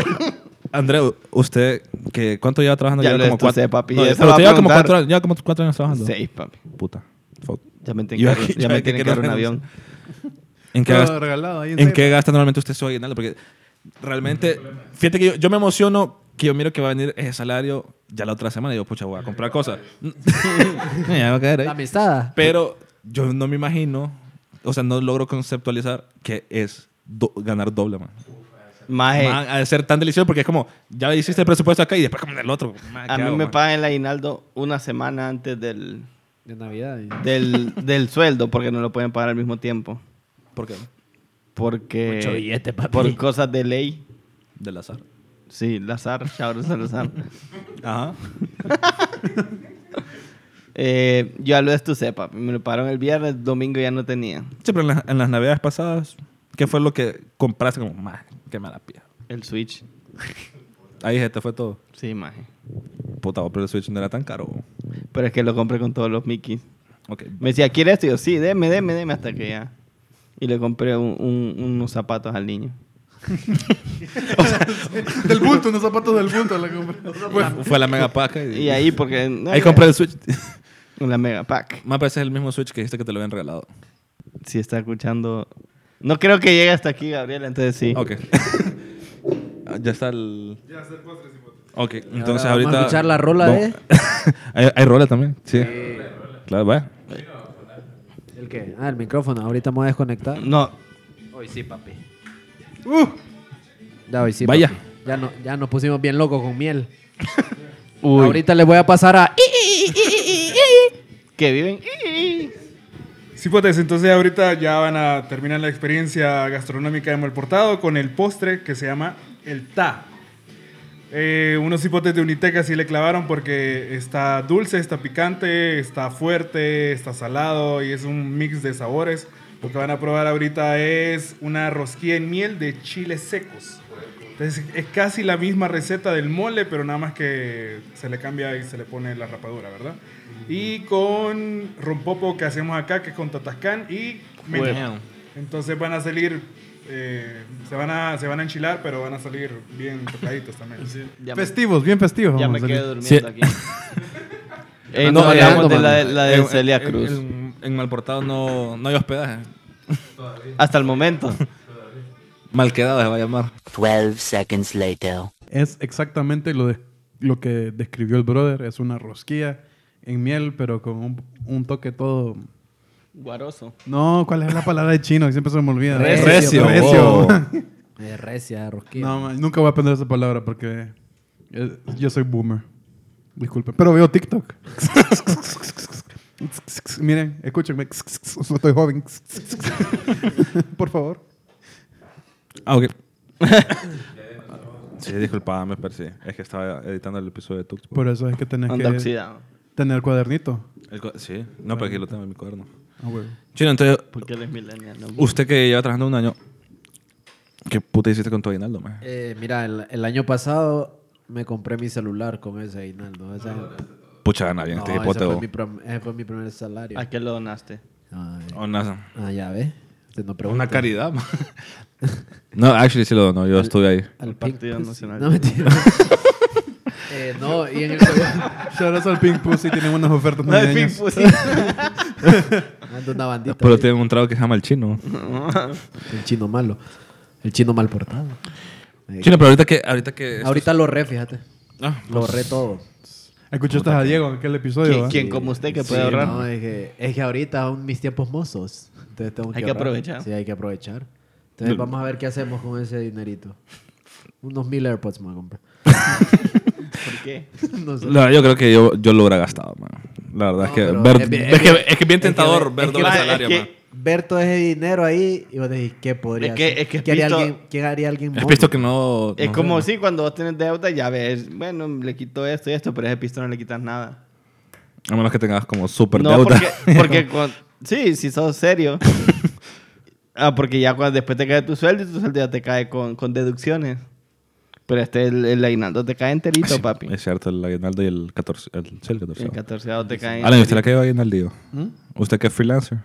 Speaker 2: Andrés, usted, que ¿cuánto lleva trabajando?
Speaker 4: Ya
Speaker 2: lleva
Speaker 4: lo destrocé, papi. Eso
Speaker 2: pero
Speaker 4: va a
Speaker 2: usted lleva como
Speaker 4: preguntar.
Speaker 2: cuatro, años- lleva como cuatro años trabajando.
Speaker 4: Seis, papi.
Speaker 2: Puta. Fuck.
Speaker 4: Ya me tienen
Speaker 2: Ah, Yo
Speaker 4: que
Speaker 2: aquí-
Speaker 4: arru- ya
Speaker 2: yo
Speaker 4: me
Speaker 2: aquí
Speaker 4: tienen
Speaker 2: que
Speaker 4: que
Speaker 2: no
Speaker 4: arruinar un
Speaker 2: renuncio.
Speaker 4: avión.
Speaker 2: ¿En qué
Speaker 5: Todo
Speaker 2: gasta-
Speaker 5: regalado ahí
Speaker 2: ¿En qué
Speaker 5: Save.
Speaker 2: gasta normalmente usted su aguinaldo? Porque realmente, fíjate que yo, yo me emociono que yo miro que va a venir ese salario ya la otra semana y yo, pucha, voy a comprar (laughs) cosas. Ya va a caer ahí.
Speaker 3: La amistad.
Speaker 2: Pero yo no me imagino, o sea, no logro conceptualizar que es do- ganar doble, man.
Speaker 4: Maje,
Speaker 2: Man, ha de ser tan delicioso porque es como, ya hiciste el presupuesto acá y después como en el otro. Man, ¿qué
Speaker 4: a mí
Speaker 2: hago,
Speaker 4: me
Speaker 2: man?
Speaker 4: pagan el aguinaldo una semana antes del,
Speaker 3: De Navidad. eh.
Speaker 4: del, del sueldo porque no lo pueden pagar al mismo tiempo.
Speaker 2: ¿Por qué?
Speaker 4: Porque.
Speaker 3: Mucho billete, papi.
Speaker 4: Por cosas de ley.
Speaker 2: Del azar.
Speaker 4: Sí, Lazar, Chauro Salazar.
Speaker 2: Ajá.
Speaker 4: eh, yo lo estucé, papi. Me lo pararon el viernes, domingo ya no tenía.
Speaker 2: Sí, pero en, las- en las navidades pasadas, ¿qué fue lo que compraste? Como, más qué mala pija.
Speaker 4: El Switch.
Speaker 2: Ahí se te fue todo.
Speaker 4: Sí, maje.
Speaker 2: Puta, pero el Switch no era tan caro. bo.
Speaker 4: Pero es que lo compré con todos los Mickeys.
Speaker 2: Ok.
Speaker 4: Me decía, ¿quiere esto? Y yo, sí, deme, deme, deme, hasta que ya. Y le compré un- un- unos zapatos al niño.
Speaker 5: (laughs) Del bulto, unos zapatos del bulto la
Speaker 4: (laughs)
Speaker 5: Pues, compré. Bueno,
Speaker 2: Fue la mega paca. Y,
Speaker 4: Y ahí, porque.
Speaker 2: ahí compré el Switch. (laughs)
Speaker 4: Una Mega Pack.
Speaker 2: Más parece el mismo Switch que dijiste que te lo habían regalado.
Speaker 4: Si está escuchando. No creo que llegue hasta aquí, Gabriel, entonces sí.
Speaker 2: Ok. Ah, ya está el. Ya está el Ok, entonces
Speaker 3: Ahora
Speaker 2: ahorita.
Speaker 3: Vamos a escuchar la rola
Speaker 2: Vamos-
Speaker 3: de.
Speaker 2: (laughs) hay, hay rola también, sí. Claro, vaya.
Speaker 3: ¿El qué? Ah, el micrófono. Ahorita me voy a desconectar.
Speaker 4: No,
Speaker 3: Hoy sí, papi. Ya hoy sí.
Speaker 2: Uh. Vaya.
Speaker 3: papi. Ya, no, ya nos pusimos bien locos con miel. Ahorita les voy a pasar a.
Speaker 4: que viven.
Speaker 7: Sí, pues entonces ahorita ya van a terminar la experiencia gastronómica de Malportado con el postre que se llama el TA. Eh, unos hipotes de Uniteca sí le clavaron porque está dulce, está picante, está fuerte, está salado y es un mix de sabores. Lo que van a probar ahorita es una rosquilla en miel de chiles secos. Entonces es casi la misma receta del mole, pero nada más que se le cambia y se le pone la rapadura, ¿verdad? Y con rompopo que hacemos acá, que es con tatascán y menta.
Speaker 4: Bueno.
Speaker 7: Entonces van a salir, eh, se, van a, se van a enchilar, pero van a salir bien tocaditos también.
Speaker 4: Ya me,
Speaker 5: Festivos, bien festivos.
Speaker 4: ya
Speaker 5: vamos
Speaker 4: me
Speaker 5: a salir.
Speaker 4: quedo durmiendo aquí.
Speaker 3: No,
Speaker 4: Ey, Eh, no, hablamos
Speaker 3: hablando,
Speaker 4: de la,
Speaker 3: mano.
Speaker 4: de- la de
Speaker 2: En-
Speaker 4: Celia
Speaker 2: en-
Speaker 4: Cruz.
Speaker 2: En, en Malportado no, no hay hospedaje.
Speaker 4: Hasta el momento.
Speaker 2: Malquedada se va a llamar.
Speaker 8: 12 seconds later.
Speaker 5: Es exactamente lo, de- lo que describió el brother. Es una rosquilla en miel, pero con un, un toque todo...
Speaker 4: (laughs) Guaroso.
Speaker 5: No, ¿cuál es la palabra de chino? Que siempre se me olvida.
Speaker 3: Recio.
Speaker 2: Recio.
Speaker 5: Recio.
Speaker 2: oh.
Speaker 3: Eh, recia, rosquilla.
Speaker 5: (laughs) No, man, nunca voy a aprender esa palabra porque eh, yo soy boomer. Disculpen. Pero veo TikTok. (laughs) Miren, escúchenme. (laughs) Estoy joven. (laughs) Por favor.
Speaker 2: Ah, ok. sí, disculpame, pero sí. Es que estaba editando el episodio de Tux.
Speaker 5: Por eso es que tenés
Speaker 4: Anda
Speaker 5: que
Speaker 4: oxidado.
Speaker 5: tener cuadernito.
Speaker 2: El co- sí. No, pero aquí lo tengo en mi cuaderno.
Speaker 5: Ah, (laughs) huevo.
Speaker 2: Chino, entonces,
Speaker 4: Porque él es millennial. ¿no?
Speaker 2: usted que lleva trabajando un año, ¿qué puta hiciste con tu aguinaldo, man?
Speaker 3: Eh, mira, el, el año pasado me compré mi celular con ese aguinaldo. Ese,
Speaker 2: Pucha, gana Ah, bien
Speaker 3: No,
Speaker 2: este
Speaker 3: ese
Speaker 2: hipote.
Speaker 3: fue
Speaker 2: o
Speaker 3: mi prom- ese fue mi primer salario.
Speaker 4: ¿A qué lo donaste?
Speaker 3: Ay.
Speaker 2: una,
Speaker 3: Ah, ya ves. Usted no pregunta.
Speaker 2: una caridad, man. no, actually sí lo dono. Yo estuve ahí.
Speaker 3: Al Pink
Speaker 4: Partido
Speaker 3: Pussy.
Speaker 4: Nacional.
Speaker 3: No, mentira. (laughs) Eh, no, y
Speaker 2: (laughs)
Speaker 3: en el segundo
Speaker 5: Shoutouts al Pink Pussy. Tienen unas ofertas
Speaker 4: No, pues, el
Speaker 5: navideñas.
Speaker 4: Pink (laughs) Pussy.
Speaker 3: anda una bandita.
Speaker 2: Pero
Speaker 3: ahí.
Speaker 2: tienen un trago que se llama el chino.
Speaker 3: El chino malo. El chino mal portado. Eh,
Speaker 2: Chino, pero ahorita que... Ahorita que
Speaker 3: ahorita lo re, fíjate.
Speaker 2: Ah,
Speaker 3: Lo re todo.
Speaker 5: Escuchaste a Diego en aquel episodio. ¿eh?
Speaker 4: ¿Quién,
Speaker 5: ¿va?
Speaker 4: quién como usted que puede
Speaker 3: Sí,
Speaker 4: ahorrar?
Speaker 3: no, es, que, es que ahorita son mis tiempos mozos. Entonces tengo que
Speaker 4: Hay que
Speaker 3: ahorrar.
Speaker 4: aprovechar.
Speaker 3: Sí, hay que aprovechar. Entonces vamos a ver qué hacemos con ese dinerito. Unos mil AirPods me voy a
Speaker 4: (laughs)
Speaker 3: comprar.
Speaker 4: ¿Por qué?
Speaker 3: No sé.
Speaker 2: La verdad, yo creo que yo, yo lo hubiera gastado, man. La verdad
Speaker 3: No,
Speaker 2: es que...
Speaker 3: pero
Speaker 2: ver-
Speaker 3: es
Speaker 2: es,
Speaker 3: bien- es
Speaker 2: que,
Speaker 3: bien-
Speaker 2: es que bien
Speaker 3: es que-
Speaker 2: tentador
Speaker 3: es
Speaker 2: ver
Speaker 3: que-
Speaker 2: doble
Speaker 4: Ah, es
Speaker 2: salario,
Speaker 4: que-
Speaker 2: man.
Speaker 3: Ver todo ese dinero ahí y vos decís, ¿qué podría
Speaker 4: Es que-
Speaker 3: hacer?
Speaker 4: es que
Speaker 3: ¿Qué haría
Speaker 4: Pito-
Speaker 3: alguien, qué haría alguien
Speaker 2: Es
Speaker 3: mono?
Speaker 2: visto que no...
Speaker 4: Es
Speaker 2: no
Speaker 4: como
Speaker 2: sé,
Speaker 4: si cuando vos tenés deuda ya ves, bueno, le quito esto y esto, pero a ese pisto no le quitas nada.
Speaker 2: A menos que tengas como súper
Speaker 4: no,
Speaker 2: deuda.
Speaker 4: porque,
Speaker 2: (laughs)
Speaker 4: porque cuan- sí, si sos serio. ah, porque ya cuando, después te cae tu sueldo y tu sueldo ya te cae con, con deducciones. Pero este, el, el aguinaldo te cae enterito,
Speaker 2: Sí,
Speaker 4: papi.
Speaker 2: Es cierto, el aguinaldo y el 14. El, sí, el 14.
Speaker 4: El 14 te cae
Speaker 2: Alan, ¿usted la
Speaker 4: enterito.
Speaker 2: que lleva aguinaldo?
Speaker 3: ¿Mm?
Speaker 2: ¿Usted que es freelancer?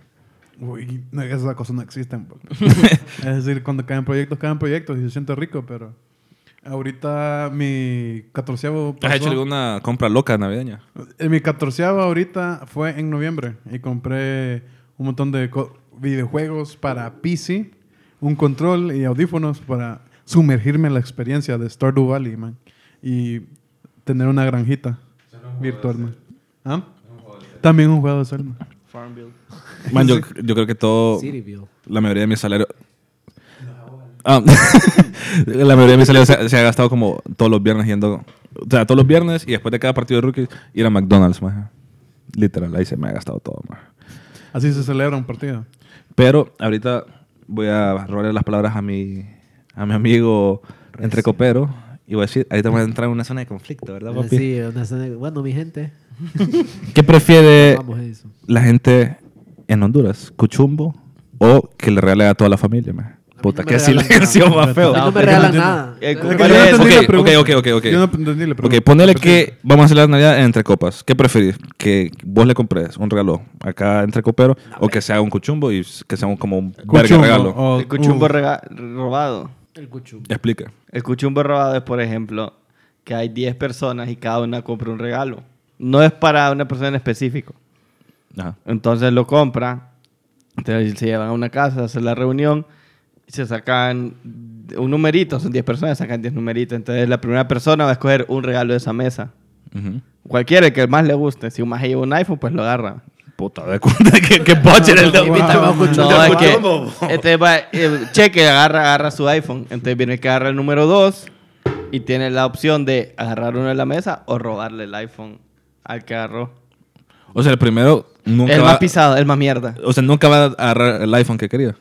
Speaker 5: Uy, no, esas cosas no existen. bro. es decir, cuando caen proyectos, caen proyectos y se siente rico, pero ahorita mi catorceavo
Speaker 2: ¿Has hecho
Speaker 5: pasó.
Speaker 2: alguna compra loca navideña?
Speaker 5: Eh, Mi catorceavo ahorita fue en noviembre y compré un montón de co- videojuegos para PC, un control y audífonos para sumergirme en la experiencia de Stardew Valley, man. Y tener una granjita virtual, man. ¿Ah? También un juego de Zelda.
Speaker 4: Farmville.
Speaker 2: (laughs) Man, yo, yo creo que todo.
Speaker 3: Cityville.
Speaker 2: La mayoría de mi salario. Ah, (laughs) la mayoría de mi salario se, se ha gastado como todos los viernes yendo. O sea, todos los viernes y después de cada partido de rookies ir a McDonald's, maje. Literal, ahí se me ha gastado todo, maje.
Speaker 5: Así se celebra un partido.
Speaker 2: Pero ahorita voy a robarle las palabras a mi, a mi amigo entre copero y voy a decir, ahorita vamos a entrar en una zona de conflicto, ¿verdad, papi?
Speaker 3: Ah, Sí, una escena de- bueno, mi gente,
Speaker 2: ¿Qué prefiere
Speaker 3: vamos a eso.
Speaker 2: la gente en Honduras? ¿Cuchumbo o que le regale a toda la familia? man? Puta,
Speaker 3: no me
Speaker 2: qué
Speaker 3: regalan
Speaker 2: silencio
Speaker 3: nada.
Speaker 2: más feo.
Speaker 3: No, me
Speaker 4: pero
Speaker 3: regalan
Speaker 5: yo no
Speaker 3: nada.
Speaker 4: Eh,
Speaker 5: Es que yo
Speaker 4: ¿cuál
Speaker 5: no
Speaker 4: es?
Speaker 5: entendí la
Speaker 2: Ok, ok,
Speaker 5: pregunta.
Speaker 2: ok, ok, ok.
Speaker 5: Yo no entendí la
Speaker 2: Ok,
Speaker 5: pregunta.
Speaker 2: ponele
Speaker 5: Pero
Speaker 2: que vamos a hacer la Navidad entre copas. ¿Qué preferís? ¿Que vos le compres un regalo acá entre coperos o que sea un cuchumbo y que sea un, como un verga
Speaker 5: Cuchumbo,
Speaker 2: regalo?
Speaker 5: o-
Speaker 4: El cuchumbo
Speaker 5: uh,
Speaker 4: rega- robado.
Speaker 3: El cuchumbo.
Speaker 2: Explica.
Speaker 4: El cuchumbo robado es, por ejemplo, que hay 10 personas y cada una compra un regalo. No es para una persona en específico.
Speaker 2: Ajá.
Speaker 4: Entonces lo compra, entonces se llevan a una casa, hacen la reunión, y se sacan un numerito, son 10 personas, sacan 10 numeritos. Entonces la primera persona va a escoger un regalo de esa mesa.
Speaker 2: Ujú.
Speaker 4: Cualquiera, el que más le guste. Si un más lleva un iPhone, pues lo agarra.
Speaker 2: Puta, de cuenta que,
Speaker 3: (laughs)
Speaker 2: que poche era el de
Speaker 3: Invítame a un cuchumbo.
Speaker 4: No, es que entonces va, eh, cheque, agarra, agarra su iPhone. Entonces viene el que agarra el número 2 y tiene la opción de agarrar uno de la mesa o robarle el iPhone al que agarró.
Speaker 2: O sea, el primero nunca
Speaker 4: el
Speaker 2: va,
Speaker 4: más pisado, el más mierda.
Speaker 2: o sea, nunca va a agarrar el iPhone que quería.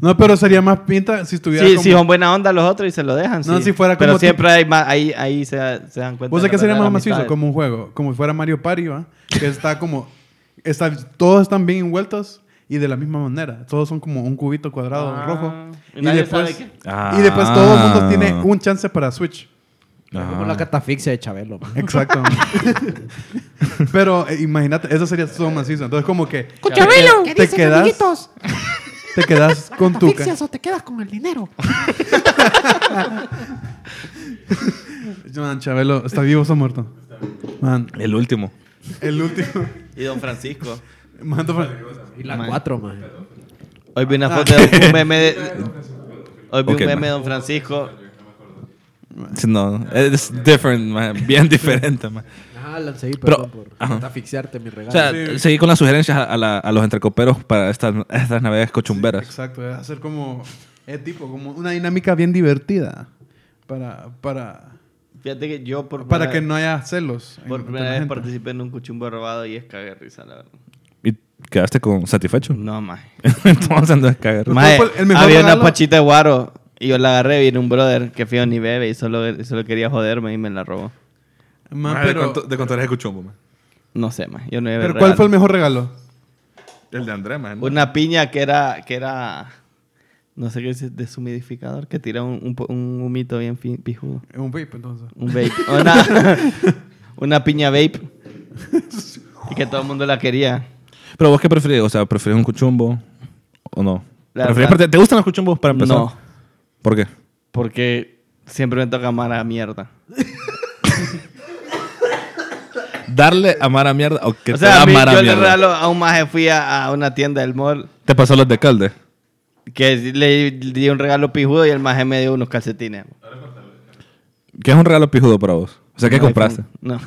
Speaker 5: No, pero sería más pinta si estuviera
Speaker 4: Sí,
Speaker 5: como...
Speaker 4: sí, son buena onda los otros y se lo dejan.
Speaker 5: No,
Speaker 4: sí.
Speaker 5: si fuera
Speaker 4: Pero
Speaker 5: como
Speaker 4: siempre hay más, ahí, ahí se, se dan cuenta.
Speaker 5: ¿Vos
Speaker 4: de
Speaker 5: sabés qué sería
Speaker 4: la
Speaker 5: más
Speaker 4: verdadera
Speaker 5: macizo?
Speaker 4: amistad.
Speaker 5: Como un juego. Como si fuera Mario Party, ¿va? Que está como... Está, todos están bien envueltos y de la misma manera. Todos son como un cubito cuadrado
Speaker 4: Ah,
Speaker 5: rojo.
Speaker 4: y
Speaker 5: Y
Speaker 4: nadie
Speaker 5: después,
Speaker 4: sabe
Speaker 2: qué-
Speaker 5: y después todo el mundo
Speaker 2: Ah.
Speaker 5: tiene un chance para Switch.
Speaker 3: Como la catafixia de Chabelo. man.
Speaker 5: Exacto. Pero eh, imagínate, eso sería todo macizo. Entonces como que...
Speaker 10: Cuchabelo,
Speaker 5: ¿Qué dicen, amiguitos? Te quedas con tu... ca-
Speaker 10: ¿Asfixias o te quedas con el dinero?
Speaker 5: Man, Chabelo, ¿está vivo o está muerto? Man,
Speaker 2: El último.
Speaker 5: el último... (laughs)
Speaker 4: Y Don Francisco.
Speaker 5: Mando por-
Speaker 3: Y la
Speaker 4: Man.
Speaker 3: cuatro, man.
Speaker 4: Hoy vi
Speaker 5: Ah.
Speaker 4: una foto
Speaker 5: (laughs)
Speaker 4: de un meme de... Hoy vi
Speaker 2: Ok,
Speaker 4: un meme
Speaker 2: man.
Speaker 4: de Don Francisco.
Speaker 2: No, es different, man. bien (laughs) diferente. Man.
Speaker 3: Ajá, Lance, ahí,
Speaker 2: Pero-
Speaker 3: Ah, perdón por catafixiarte mi regalo.
Speaker 2: O sea, seguí con las sugerencias a, a la- a los entrecoperos para estas, estas navidades cochumberas.
Speaker 5: Exacto, es hacer como. Es tipo, como una dinámica bien divertida. Para. Para,
Speaker 4: Fíjate que yo por
Speaker 5: para
Speaker 4: primera-
Speaker 5: que no haya celos. en-
Speaker 4: Por
Speaker 5: entre
Speaker 4: primera
Speaker 5: la
Speaker 4: vez
Speaker 5: gente.
Speaker 4: participé en un cuchumbo robado y es cague de risa, la verdad.
Speaker 2: ¿Y quedaste con satisfecho? (laughs)
Speaker 4: No, más.
Speaker 2: Entonces no es cagar.
Speaker 5: Pero ¿cuál fue el mejor
Speaker 4: había una
Speaker 5: regalo?
Speaker 4: pachita de guaro y yo la agarré y era un brother que fío ni bebe y solo, solo quería joderme y me la robó.
Speaker 5: Man,
Speaker 2: Madre,
Speaker 5: pero,
Speaker 2: cuánto- de cuánto eres de cuchumbo, man?
Speaker 4: No sé, más. Yo no
Speaker 5: pero ¿cuál fue el mejor regalo?
Speaker 2: El de Andrés, man.
Speaker 4: Una piña que era, que era, no sé qué es, deshumidificador, que tira un, un, po- un humito bien fi- pijudo.
Speaker 5: Un vape, entonces.
Speaker 2: (laughs)
Speaker 4: Un vape. Una, una piña vape. Y que todo el mundo la quería.
Speaker 2: Pero vos qué preferís? O sea, ¿preferís un cuchumbo o no?
Speaker 4: La
Speaker 2: ¿Preferís
Speaker 4: verdad-
Speaker 2: parte- ¿Te gustan los cuchumbos para empezar?
Speaker 4: No,
Speaker 2: ¿Por qué?
Speaker 4: porque siempre me toca amar a mierda.
Speaker 2: Darle a Mara mierda o que
Speaker 4: o
Speaker 2: te
Speaker 4: sea,
Speaker 2: da
Speaker 4: a mí-
Speaker 2: Mara
Speaker 4: yo le
Speaker 2: mierda.
Speaker 4: regalo a un maje, fui a, a una tienda del mall
Speaker 2: Te pasó los de Calde.
Speaker 4: que le di un regalo pijudo y el maje me dio unos calcetines.
Speaker 2: ¿Qué es un regalo pijudo para vos? O sea, ¿qué
Speaker 4: Un
Speaker 2: compraste?
Speaker 4: iPhone.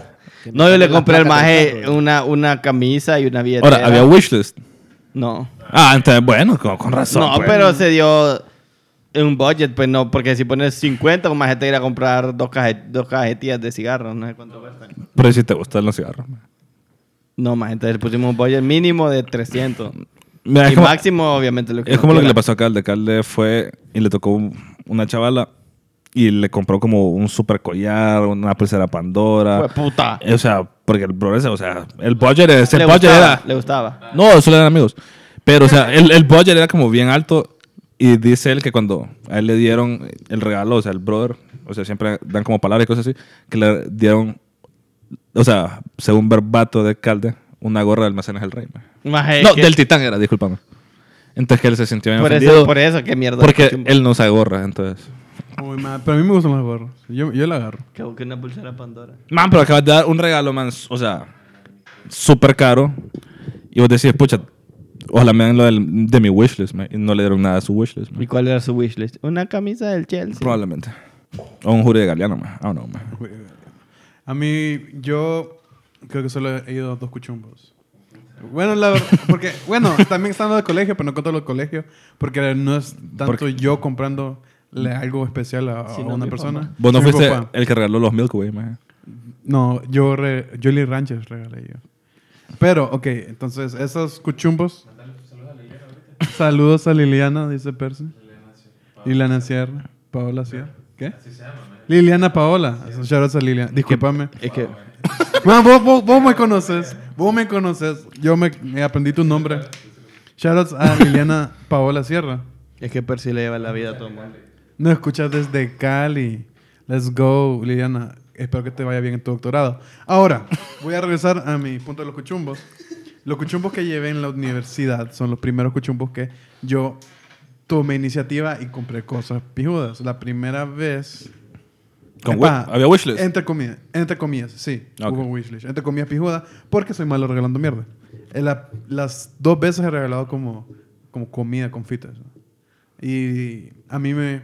Speaker 4: No. No, yo le compré al maje una, una camisa y una billetera.
Speaker 2: Ahora, había wishlist.
Speaker 4: No.
Speaker 2: Ah, entonces, bueno, con, con razón.
Speaker 4: No,
Speaker 2: pues.
Speaker 4: pero se dio un budget, pues no, porque si pones 50, más gente irá a comprar dos, caje, dos cajetillas de cigarros, no sé cuánto cuestan.
Speaker 2: Pero si te gustan los cigarros. man.
Speaker 4: No, más gente, le pusimos un budget mínimo de 300.
Speaker 2: Mira, es
Speaker 4: y
Speaker 2: como-
Speaker 4: máximo, obviamente, lo que
Speaker 2: Es
Speaker 4: uno
Speaker 2: como lo que
Speaker 4: quiera.
Speaker 2: le pasó acá al de Calde fue y le tocó un- una chavala y le compró como un super collar, una pulsera Pandora.
Speaker 4: Fue Pues, puta.
Speaker 2: O sea, porque el progreso, o sea, el budget, ese
Speaker 4: Le
Speaker 2: budget
Speaker 4: gustaba,
Speaker 2: era.
Speaker 4: le gustaba.
Speaker 2: No, solo eran amigos. Pero, o sea, el, el budget era como bien alto. Y dice él que cuando a él le dieron el regalo, o sea, el brother, o sea, siempre dan como palabras y cosas así, que le dieron, o sea, según verbato de Calde, una gorra de Almacenes del Rey. man.
Speaker 4: Maje,
Speaker 2: No,
Speaker 4: Eh, que-
Speaker 2: del Titán era, discúlpame. Entonces que él se sintió bien
Speaker 4: por
Speaker 2: ofendido
Speaker 4: eso, por eso, qué mierda.
Speaker 2: porque
Speaker 4: Qué-
Speaker 2: él no usa gorra, entonces.
Speaker 5: Uy, man, pero a mí me gustan los gorros. Yo, yo la agarro.
Speaker 4: Que busque una pulsera Pandora.
Speaker 2: Man, pero acabas de dar un regalo, man, s- o sea, súper caro. Y vos decís, pucha, ojalá me den lo del- de mi wishlist, man. Y no le dieron nada a su wishlist, man.
Speaker 4: ¿Y cuál era su wishlist? Una camisa del Chelsea.
Speaker 2: Probablemente. O un Julio de Galeano, Ah, man. I don't know, man.
Speaker 5: A mí, yo creo que solo he ido a dos cuchumbos. Bueno, la verdad, porque, bueno, también estando de colegio, pero no con todos los colegios, porque no es tanto
Speaker 2: Porque-
Speaker 5: yo comprándole algo especial a, a una persona.
Speaker 2: Vos no
Speaker 5: Sí, mi
Speaker 2: fuiste
Speaker 5: papá.
Speaker 2: el que regaló los Milky Way, man.
Speaker 5: No, yo re, Jolly Ranchers regalé yo. Pero, ok, entonces esos cuchumbos. Saludos a Liliana, dice Percy. Liliana Sierra. Paola Sierra. ¿Qué? Liliana Paola. Shoutouts a Liliana. Discúlpame.
Speaker 4: Es que
Speaker 5: (laughs) Bueno, vos, vos- vos me conoces. Vos me conoces. Yo me, me aprendí tu nombre. Shoutouts a Liliana Paola Sierra.
Speaker 4: es que Percy le lleva la vida a todo el mundo.
Speaker 5: Nos escuchas desde Cali. Let's go, Liliana. Espero que te vaya bien en tu doctorado. Ahora, voy a regresar a mi punto de los cuchumbos. Los cuchumbos que llevé en la universidad son los primeros cuchumbos que yo tomé iniciativa y compré cosas pijudas. La primera vez...
Speaker 2: Con
Speaker 5: Epa,
Speaker 2: wi- había wishlist.
Speaker 5: Entre comillas, entre comillas, sí.
Speaker 2: Ok.
Speaker 5: Hubo wishlist. Entre comillas pijuda, porque soy malo regalando mierda. Eh, la- las dos veces he regalado como, como comida, confitas. Y a mí me...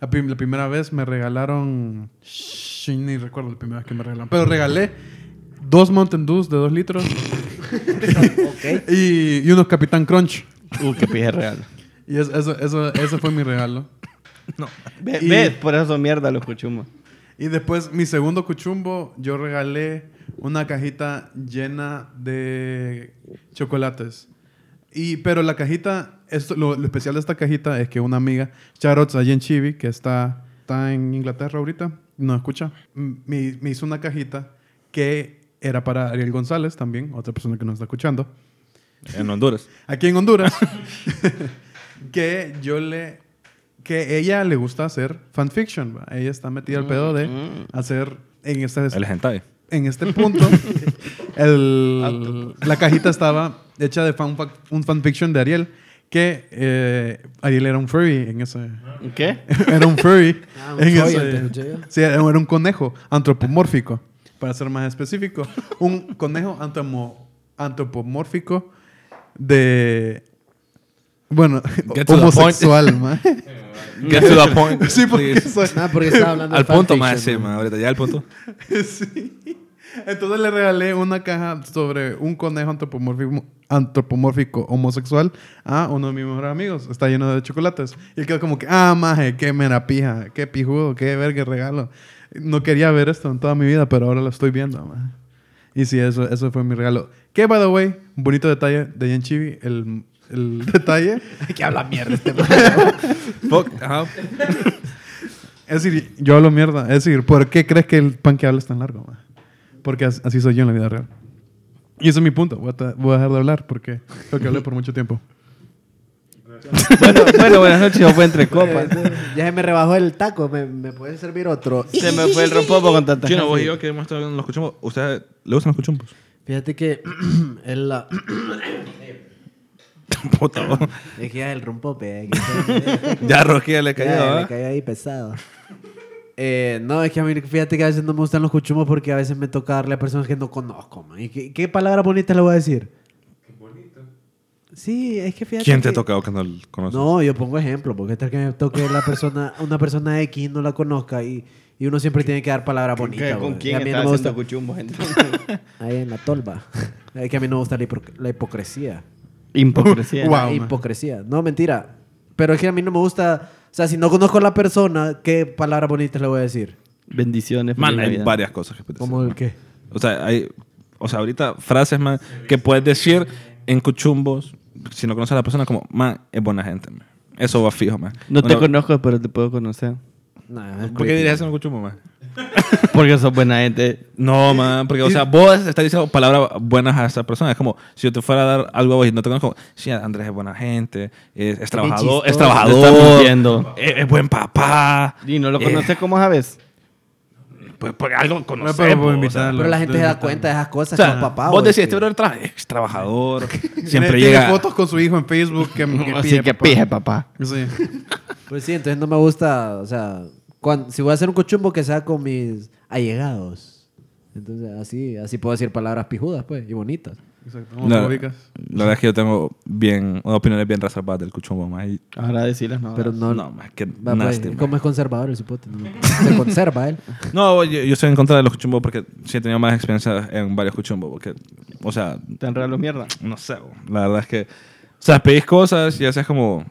Speaker 5: La, prim- la primera vez me regalaron... shh, Ni recuerdo la primera vez que me regalaron. Pero regalé dos Mountain Dews de dos litros. (laughs) y, y unos Capitán Crunch.
Speaker 4: Uh, qué pije real.
Speaker 5: Y es- eso, eso, eso fue mi regalo.
Speaker 4: ¿Ves?
Speaker 5: Y-
Speaker 4: Por eso son mierda los cuchumos.
Speaker 5: Y después, mi segundo cuchumbo, yo regalé una cajita llena de chocolates. Y, pero la cajita, esto, lo, lo especial de esta cajita es que una amiga, Charots, allí en Chibi, que está, está en Inglaterra ahorita, no escucha, m- me, me hizo una cajita que era para Ariel González también, otra persona que nos está escuchando
Speaker 2: En Honduras.
Speaker 5: aquí en Honduras, (laughs) que yo le... Que ella le gusta hacer fanfiction. ¿va? Ella está metida al pedo de hacer en este,
Speaker 2: El hentai.
Speaker 5: en este punto. el- la cajita estaba hecha de fan, un fanfiction de Ariel. Que eh, Ariel era un furry en ese...
Speaker 4: ¿Qué?
Speaker 5: (laughs) era un furry.
Speaker 3: Ah, un
Speaker 5: en
Speaker 3: soy,
Speaker 5: ese-
Speaker 3: escuché yo.
Speaker 5: sí, era era un conejo antropomórfico, para ser más específico. Un conejo antomo- antropomórfico de... Bueno,
Speaker 2: Get to the point.
Speaker 5: homosexual, man.
Speaker 2: (laughs) Mm. Get to the
Speaker 3: (laughs)
Speaker 2: point.
Speaker 5: Sí, porque
Speaker 2: please.
Speaker 5: soy-
Speaker 3: Nada, Ah,
Speaker 2: (laughs)
Speaker 3: porque estaba hablando de
Speaker 2: Al punto,
Speaker 3: fanfiction,
Speaker 2: más sí,
Speaker 3: ¿no?
Speaker 2: ma, ahorita ya al
Speaker 3: (laughs)
Speaker 2: punto.
Speaker 5: (laughs) Sí. Entonces le regalé una caja sobre un conejo antropomórfico, antropomórfico homosexual a uno de mis mejores amigos. Está lleno de chocolates. Y él quedó como que, ah, maje, qué mera pija, qué pijudo, qué verga regalo. No quería ver esto en toda mi vida, pero ahora lo estoy viendo, maje. Y sí, eso, eso fue mi regalo. Que, by the way, bonito detalle de Yen Chibi, el, el (laughs) detalle.
Speaker 3: (laughs) que habla
Speaker 2: (laughs)
Speaker 3: mierda este man.
Speaker 2: Fuck. Ajá.
Speaker 5: Es decir, yo hablo mierda. Es decir, ¿por qué crees que el pan que hablo es tan largo? ma? Porque as- así soy yo en la vida real. Y ese es mi punto. Voy a, ta- voy a dejar de hablar porque creo que hablé por mucho tiempo.
Speaker 4: bueno, bueno, buenas noches, o fue entre copas.
Speaker 3: (laughs) ya se me rebajó el taco. ¿Me, me puedes servir otro?
Speaker 4: Se me fue el rompopo con tanta
Speaker 2: Chino, vos y
Speaker 4: gente.
Speaker 2: yo que hemos estado en los cuchumbos. ¿Ustedes le gustan los cuchumbos?
Speaker 3: Fíjate que (clears throat) el, la-
Speaker 2: (laughs)
Speaker 3: (clears throat)
Speaker 2: Puta, vos.
Speaker 3: es que ya el rompope. eh,
Speaker 2: (laughs)
Speaker 3: que-
Speaker 2: Ya Roquilla le ¿ah? cayó,
Speaker 3: Ya, le
Speaker 2: ¿verdad?
Speaker 3: cayó ahí pesado. Eh, no, es que a mí, fíjate que a veces no me gustan los cuchumos porque a veces me toca darle a personas que no conozco, man. ¿Y qué, qué palabra bonita le voy a decir? Qué bonito. Sí, es que fíjate
Speaker 2: ¿Quién te ha
Speaker 3: que-
Speaker 2: tocado que no lo conoces?
Speaker 3: No, yo pongo ejemplo, porque tal que me toque la persona, una persona X no la conozca y, y uno siempre tiene que dar palabras
Speaker 4: ¿Con
Speaker 3: bonitas.
Speaker 4: qué- ¿Con
Speaker 3: güey. Y
Speaker 4: quién
Speaker 3: a mí
Speaker 4: estás
Speaker 3: no me gusta
Speaker 4: haciendo cuchumbos entonces?
Speaker 3: ahí en la tolva. Es que a mí no me gusta la, hipoc- la hipocresía.
Speaker 4: (laughs) Hipocresía.
Speaker 5: Guau.
Speaker 3: La
Speaker 5: man.
Speaker 3: hipocresía. No, mentira. Pero es que a mí no me gusta, o sea, si no conozco a la persona, ¿qué palabras bonitas le voy a decir?
Speaker 4: Bendiciones.
Speaker 2: Man,
Speaker 4: feliz
Speaker 2: hay
Speaker 4: Navidad.
Speaker 2: varias cosas que puedes decir.
Speaker 3: Como el qué?
Speaker 2: O sea, hay, o sea, ahorita frases, man, que puedes decir en cuchumbos, si no conoces a la persona, como, man, es buena gente, man. Eso va fijo, man.
Speaker 4: No te
Speaker 2: Una-
Speaker 4: conozco, pero te puedo conocer. (laughs)
Speaker 3: Nah, es
Speaker 2: ¿Por qué
Speaker 3: creepy.
Speaker 2: dirías eso en un cuchumbo, man?
Speaker 4: Porque sos buena gente.
Speaker 2: No, man, porque, o sea, vos estás diciendo palabras buenas a esa persona. Es como, si yo te fuera a dar algo a vos y no te conozco, sí, Andrés es buena gente, es, es trabajador, es
Speaker 3: chistoso.
Speaker 4: Lo estás
Speaker 2: trabajador,
Speaker 4: mintiendo.
Speaker 2: es, es buen papá.
Speaker 4: Y no lo
Speaker 2: Eh,
Speaker 4: conoces como sabes.
Speaker 2: Pues, porque algo
Speaker 5: No,
Speaker 2: conocemos.
Speaker 5: pero puedo
Speaker 2: o sea.
Speaker 5: invitarlo.
Speaker 3: Pero la gente se da
Speaker 5: Invitarlo.
Speaker 3: cuenta de esas
Speaker 2: O
Speaker 3: cosas
Speaker 2: sea,
Speaker 3: como papá.
Speaker 2: vos
Speaker 3: güey,
Speaker 2: decís,
Speaker 3: que-
Speaker 2: este bro es tra- es (laughs) trabajador,
Speaker 5: Tiene-
Speaker 2: siempre
Speaker 5: tiene
Speaker 2: llega...
Speaker 5: fotos con su hijo en Facebook
Speaker 4: (laughs)
Speaker 5: que, que
Speaker 4: Así
Speaker 5: pide,
Speaker 4: que
Speaker 5: papá.
Speaker 4: pije, papá.
Speaker 5: Sí.
Speaker 3: Pues sí, entonces no me gusta, o sea, cuan- si voy a hacer un cochumbo que sea con mis allegados. Entonces así, así puedo decir palabras pijudas, pues, y bonitas.
Speaker 5: Exacto. ¿Cómo te
Speaker 2: La,
Speaker 5: ubicas?
Speaker 2: la verdad es que yo tengo bien, unas opiniones bien reservadas del cuchumbo, más.
Speaker 4: Ahora decirles no.
Speaker 3: Pero no,
Speaker 2: No, más que
Speaker 3: va, pues,
Speaker 2: nasty,
Speaker 3: como
Speaker 2: ma.
Speaker 3: es conservador el supote, no? se
Speaker 2: (laughs)
Speaker 3: conserva él.
Speaker 2: No, yo, yo estoy en contra de los cuchumbos porque sí he tenido más experiencia en varios cuchumbos. Porque, o sea,
Speaker 4: Te enredas mierda.
Speaker 2: no sé, bo. la verdad es que, o sea, pedís cosas y haces como,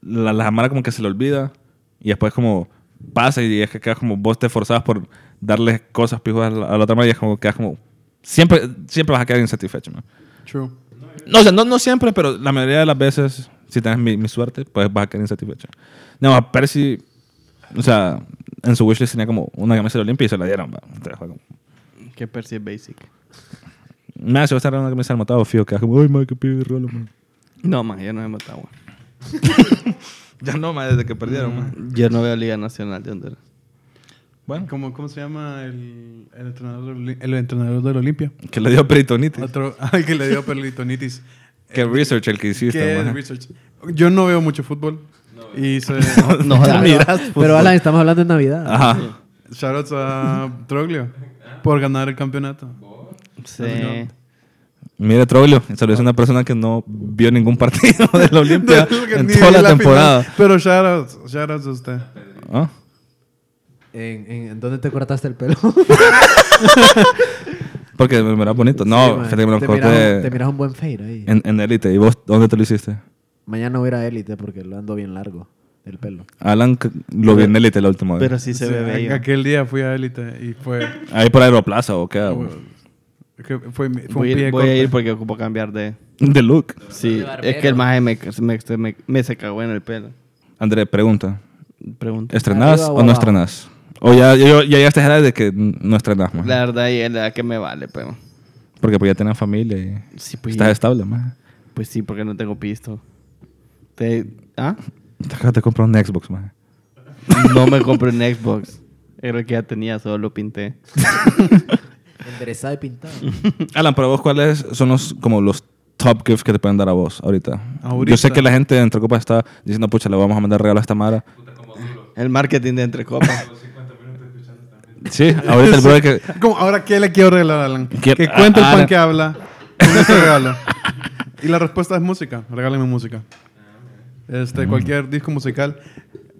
Speaker 2: la, la mara como que se le olvida y después como pasa y es que quedas como vos te forzabas por darle cosas pijudas a la, a la otra mara y es como quedas como, siempre, siempre vas a quedar insatisfecho, man.
Speaker 5: True.
Speaker 2: No, o sea, no, no siempre, pero la mayoría de las veces, si tienes mi, mi suerte, pues vas a quedar insatisfecho. No, a Percy, o sea, en su wishlist tenía como una camisa de Olimpia y se la dieron. va. Entonces fue como,
Speaker 4: Que Percy es basic.
Speaker 2: Me hace estar en una camisa del matado, fío, que es como, ay, madre, qué pibe de rolo, man.
Speaker 4: No, man, yo no me matado.
Speaker 2: Ya no, man, desde que perdieron, man.
Speaker 4: Yo no veo Liga Nacional de Honduras.
Speaker 2: Bueno,
Speaker 5: ¿Cómo, cómo se llama el, el entrenador, del Oli- el entrenador del Olimpia?
Speaker 2: que le dio peritonitis.
Speaker 5: Otro, (laughs) al que le dio perlitonitis.
Speaker 2: Que research el que hiciste,
Speaker 5: ¿Qué
Speaker 2: man.
Speaker 5: research? Yo no veo mucho fútbol. y se...
Speaker 4: (laughs) No, jodas.
Speaker 3: Pero Alan, estamos hablando de Navidad.
Speaker 2: pues, Ajá.
Speaker 5: Shoutouts a Troglio por ganar el campeonato.
Speaker 4: Sí.
Speaker 2: Mira, Troglio, saludos a una persona que no vio ningún partido de
Speaker 5: (laughs)
Speaker 2: la Olimpia en
Speaker 5: Ni
Speaker 2: toda
Speaker 5: vi
Speaker 2: la
Speaker 5: final,
Speaker 2: temporada.
Speaker 5: pero shoutouts, shoutouts a usted.
Speaker 2: ¿Ah?
Speaker 3: ¿En, en, en dónde te cortaste el pelo?
Speaker 2: Porque me miraba bonito. (laughs) No,
Speaker 3: Sí, man.
Speaker 2: fíjate que me lo
Speaker 3: te, miras, te
Speaker 2: corté
Speaker 3: miras un buen feiro ahí.
Speaker 2: en, en Elite. ¿Y vos dónde te lo hiciste?
Speaker 3: Mañana voy a ir a élite porque lo ando bien largo, el pelo.
Speaker 2: Alan c- lo vi en Elite la última vez.
Speaker 4: Pero sí se
Speaker 5: Sí,
Speaker 4: ve bello.
Speaker 5: aquel día fui a élite y fue,
Speaker 2: Ahí por Aeroplaza o qué. o-
Speaker 5: que fue, mi- fue un
Speaker 4: Ah, Voy, a ir-
Speaker 5: pie
Speaker 4: voy a ir
Speaker 5: corto.
Speaker 4: porque ocupo cambiar de...
Speaker 2: De look.
Speaker 4: Sí, es que el maje me, me, me, me se cagó en el pelo.
Speaker 2: André, pregunta.
Speaker 4: Pregunta.
Speaker 2: ¿Estrenás
Speaker 3: ¿Arriba o
Speaker 2: o, no
Speaker 3: abajo?
Speaker 2: estrenás? O ya, ya, ya llegaste a la edad de que no estrenás más.
Speaker 4: La verdad, y es la que me vale, pero...
Speaker 2: Porque pues ya tenés familia y
Speaker 4: Sí, pues,
Speaker 2: estás
Speaker 4: ya-
Speaker 2: estable, más.
Speaker 4: pues sí, porque no tengo pisto. Te- (laughs) ¿Ah?
Speaker 2: Te acabas de comprar un Xbox, más.
Speaker 4: No me compré un Xbox. Era el que ya tenía, solo lo pinté.
Speaker 3: Enderezado y pintado.
Speaker 2: Alan, para vos, ¿cuáles son los, como los top gifts que te pueden dar a vos ahorita?
Speaker 5: Ahorita.
Speaker 2: Yo sé que la gente entre copas está diciendo, pucha, le vamos a mandar regalo a esta Mara.
Speaker 4: El marketing de Entre Copas.
Speaker 2: Sí, ahorita el brother que.
Speaker 5: Como, ahora, ¿qué le quiero regalar a Alan?
Speaker 2: Quiero-
Speaker 5: que cuente
Speaker 2: ah,
Speaker 5: el pan
Speaker 2: ahora-
Speaker 5: que habla. ¿Qué te regalo? Y la respuesta es música. Regálame música. Este, cualquier disco musical.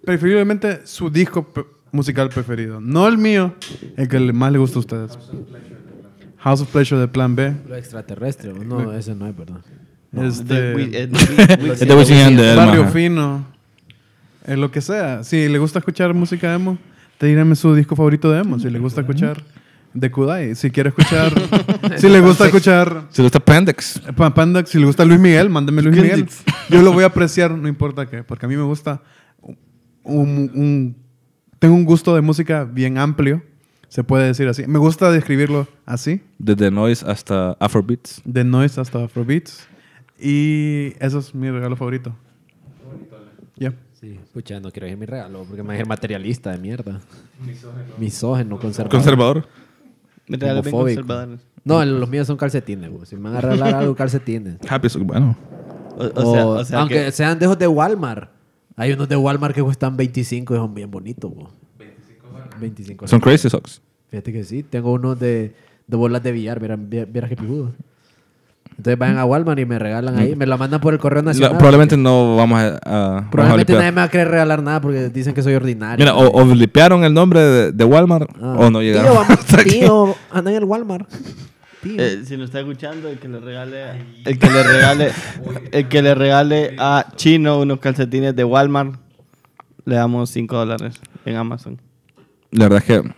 Speaker 5: Preferiblemente su disco pe- musical preferido. No el mío, el que le- más le gusta a ustedes. House of Pleasure de Plan B.
Speaker 3: Lo
Speaker 2: (laughs)
Speaker 3: extraterrestre. No, ese no es, perdón.
Speaker 5: este,
Speaker 4: eh,
Speaker 2: Es de Wisin y Yandel,
Speaker 5: Barrio
Speaker 2: maje.
Speaker 5: Fino. eh, lo que sea. Si le gusta escuchar música emo, te dígame su disco favorito de emo. Si le gusta escuchar de Kudai. Si quiere escuchar... si le gusta escuchar...
Speaker 2: Si le gusta Pendex.
Speaker 5: Pa- Panda, si le gusta Luis Miguel, mándame Luis Miguel. Yo lo voy a apreciar, no importa qué, porque a mí me gusta un, un- tengo un gusto de música bien amplio, se puede decir así. Me gusta describirlo así,
Speaker 2: Desde Noise hasta Afrobeats.
Speaker 5: de noise hasta afrobeats y eso es mi regalo favorito. Ya.
Speaker 3: Sí, escucha, no quiero decir mi regalo porque me es materialista de mierda. Misógeno. Misógeno, conservador.
Speaker 2: Conservador.
Speaker 4: Me regalaron bien
Speaker 3: Homofóbico.
Speaker 4: conservadores.
Speaker 3: No, los míos son calcetines, güey. Si me van a regalar algo, calcetines.
Speaker 2: Happy, so- bueno.
Speaker 4: O, (laughs) o sea, o sea
Speaker 3: aunque
Speaker 4: que-
Speaker 3: sean de esos de Walmart. Hay unos de Walmart que cuestan 25 y son bien bonitos, güey. 25
Speaker 2: Son Crazy Socks.
Speaker 3: Fíjate que sí, tengo unos de, de bolas de billar, vieras, vie- vieras qué pijudo. Entonces vayan a Walmart y me regalan ahí, me la mandan por el correo
Speaker 2: La-
Speaker 3: nacional.
Speaker 2: probablemente no vamos a. a-
Speaker 3: porque probablemente
Speaker 2: vamos a
Speaker 3: nadie me va a querer regalar nada porque dicen que soy
Speaker 2: blipear.
Speaker 3: ordinario.
Speaker 2: Mira, o, o blipearon el nombre de, de Walmart
Speaker 3: Ah.
Speaker 2: o no llegaron.
Speaker 3: Tío, vamos-
Speaker 2: (laughs) hasta aquí.
Speaker 3: tío, anda en el (laughs) Walmart. Tío.
Speaker 4: eh, si nos está escuchando, el que le regale, el que le regale, el que le regale a Chino unos calcetines de Walmart, le damos 5 dólares en Amazon.
Speaker 2: La verdad es que.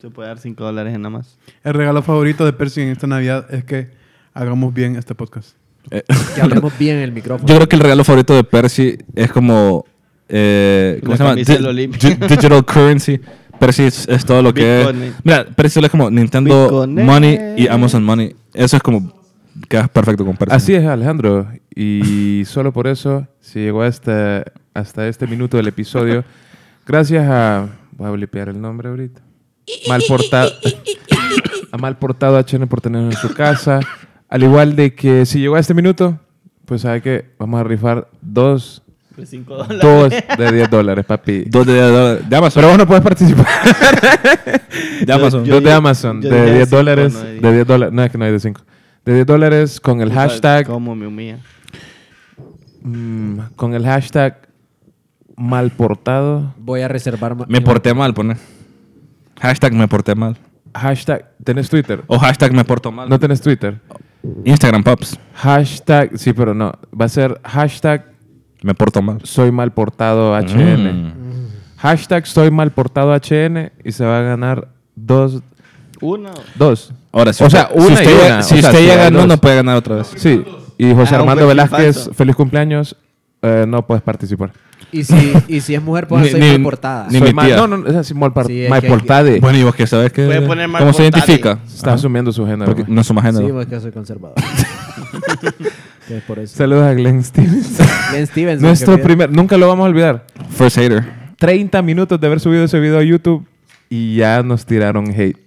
Speaker 4: Se puede dar 5 dólares en Amazon.
Speaker 5: El regalo favorito de Percy en esta Navidad es que hagamos bien este podcast.
Speaker 2: eh,
Speaker 3: Que hablemos bien en el micrófono.
Speaker 2: yo creo que el regalo favorito de Percy es como. eh, ¿Cómo
Speaker 4: La
Speaker 2: se llama?
Speaker 4: camisa
Speaker 2: Di-
Speaker 4: del Olimpia.
Speaker 2: di- digital currency. Percy es, es todo lo que
Speaker 4: Bitcoin.
Speaker 2: es. Mira, Percy solo es como Nintendo
Speaker 4: Bitcoin.
Speaker 2: Money y Amazon Money. Eso es como. Quedas perfecto con Percy.
Speaker 10: Así es, Alejandro. (laughs) Y solo por eso se llegó hasta, hasta este minuto del episodio. Gracias a. Voy a blipear el nombre ahorita. Mal portado. (laughs) a mal portado HN por tenernos en su casa. Al igual de que si llegó a este minuto, pues sabe que vamos a rifar dos,
Speaker 4: 5
Speaker 10: dos de 10 dólares,
Speaker 4: (laughs)
Speaker 10: papi.
Speaker 2: Dos de, de- de Amazon.
Speaker 10: Pero vos no puedes participar.
Speaker 2: de Amazon.
Speaker 4: Yo
Speaker 10: dos de
Speaker 4: dije-
Speaker 10: Amazon,
Speaker 4: yo
Speaker 10: de
Speaker 4: dije
Speaker 10: 10
Speaker 4: cinco,
Speaker 10: dólares.
Speaker 4: no de diez.
Speaker 10: de 10 dólares. No, es que no hay de 5. De 10 dólares con
Speaker 4: (laughs)
Speaker 10: el hashtag
Speaker 4: ¿Cómo me humilla?
Speaker 10: Mm, con el hashtag malportado.
Speaker 3: Voy a reservar. ma-
Speaker 2: Me porté mal, pone. Hashtag me porté mal.
Speaker 10: Hashtag, ¿tenés Twitter?
Speaker 2: O hashtag me porto Oh, mal.
Speaker 10: No tenés Twitter.
Speaker 2: Instagram Pops.
Speaker 10: Hashtag, sí, pero no. Va a ser hashtag
Speaker 2: Me porto mal.
Speaker 10: soy malportado HN.
Speaker 2: Mm.
Speaker 10: Hashtag soy malportado HN y se va a ganar dos.
Speaker 4: Uno.
Speaker 10: Dos.
Speaker 2: Ahora, si
Speaker 10: O
Speaker 2: usted-
Speaker 10: sea, una
Speaker 2: si
Speaker 10: y
Speaker 2: usted,
Speaker 10: una.
Speaker 2: llega- Si
Speaker 10: O sea,
Speaker 2: usted
Speaker 10: si
Speaker 2: ya
Speaker 10: hay
Speaker 2: ganó,
Speaker 10: dos.
Speaker 2: no puede ganar otra vez.
Speaker 10: Sí. Y José
Speaker 4: Ah, un
Speaker 10: Armando
Speaker 4: perfil
Speaker 10: Velázquez,
Speaker 4: falso.
Speaker 10: feliz cumpleaños. Eh, no puedes participar.
Speaker 3: Y si, y si es mujer, puede
Speaker 2: Ni-
Speaker 3: ser
Speaker 2: ni-
Speaker 3: portada.
Speaker 2: ni-
Speaker 10: Soy
Speaker 2: mi
Speaker 10: mal-
Speaker 2: tía.
Speaker 10: No, no, no, es así, mal, par-
Speaker 3: Sí, es
Speaker 10: mal
Speaker 3: que-
Speaker 10: portade.
Speaker 2: Bueno, y vos que sabes que.
Speaker 4: Puede poner Marco
Speaker 2: ¿Cómo se
Speaker 4: Tati.
Speaker 2: identifica?
Speaker 10: Está asumiendo su género.
Speaker 2: Porque no suma
Speaker 3: Sí,
Speaker 2: género.
Speaker 3: porque pues
Speaker 2: (laughs)
Speaker 3: soy conservador. Que es por eso.
Speaker 10: Saludos a Glenn
Speaker 3: (laughs)
Speaker 10: Stevens.
Speaker 2: (laughs)
Speaker 3: Ben Stevens.
Speaker 10: Nuestro primer, nunca lo vamos a olvidar.
Speaker 2: First hater.
Speaker 10: 30 minutos de haber subido ese video a YouTube y ya nos tiraron hate.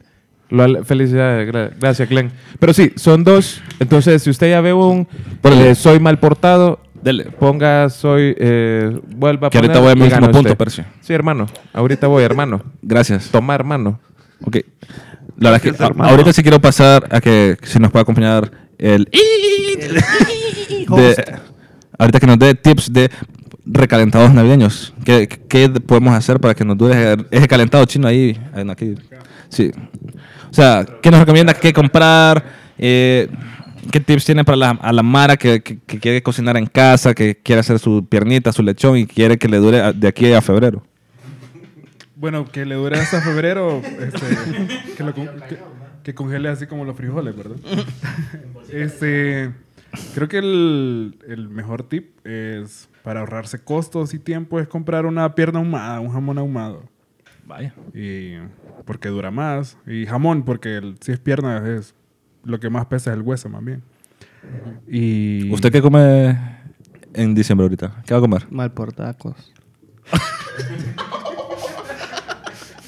Speaker 10: Lo ale- felicidades, gra- gracias Glenn. Pero sí, son dos. Entonces, si usted ya ve un eh, soy mal portado,
Speaker 2: Dele.
Speaker 10: ponga soy eh, vuelva a
Speaker 2: Que ahorita
Speaker 10: poner
Speaker 2: voy al
Speaker 10: y gana
Speaker 2: mismo punto,
Speaker 10: usted.
Speaker 2: Percio.
Speaker 10: Sí, hermano. Ahorita voy, hermano.
Speaker 2: Gracias.
Speaker 10: Toma, hermano.
Speaker 2: Ok. La verdad es que a- ahorita sí quiero pasar a que si nos puede acompañar el. (laughs) de- ahorita que nos dé tips de recalentados navideños. ¿Qué, qué podemos hacer para que nos dure ese calentado chino ahí? en aquí? Sí. O sea, ¿qué nos recomienda? ¿Qué comprar? Eh, ¿Qué tips tiene para la, a la Mara que, que- que quiere cocinar en casa, que quiere hacer su piernita, su lechón y quiere que le dure a- de aquí a febrero?
Speaker 7: Bueno, que le dure hasta febrero, este, que, lo con- que- que congele así como los frijoles, ¿verdad? Este, creo que el, el mejor tip es para ahorrarse costos y tiempo es comprar una pierna ahumada, un jamón ahumado.
Speaker 2: Vaya.
Speaker 7: Y porque dura más. Y jamón, porque el- si es pierna es lo que más pesa es el hueso más bien. Y
Speaker 2: ¿Usted qué come en diciembre ahorita? ¿Qué va a comer?
Speaker 4: Mal por tacos.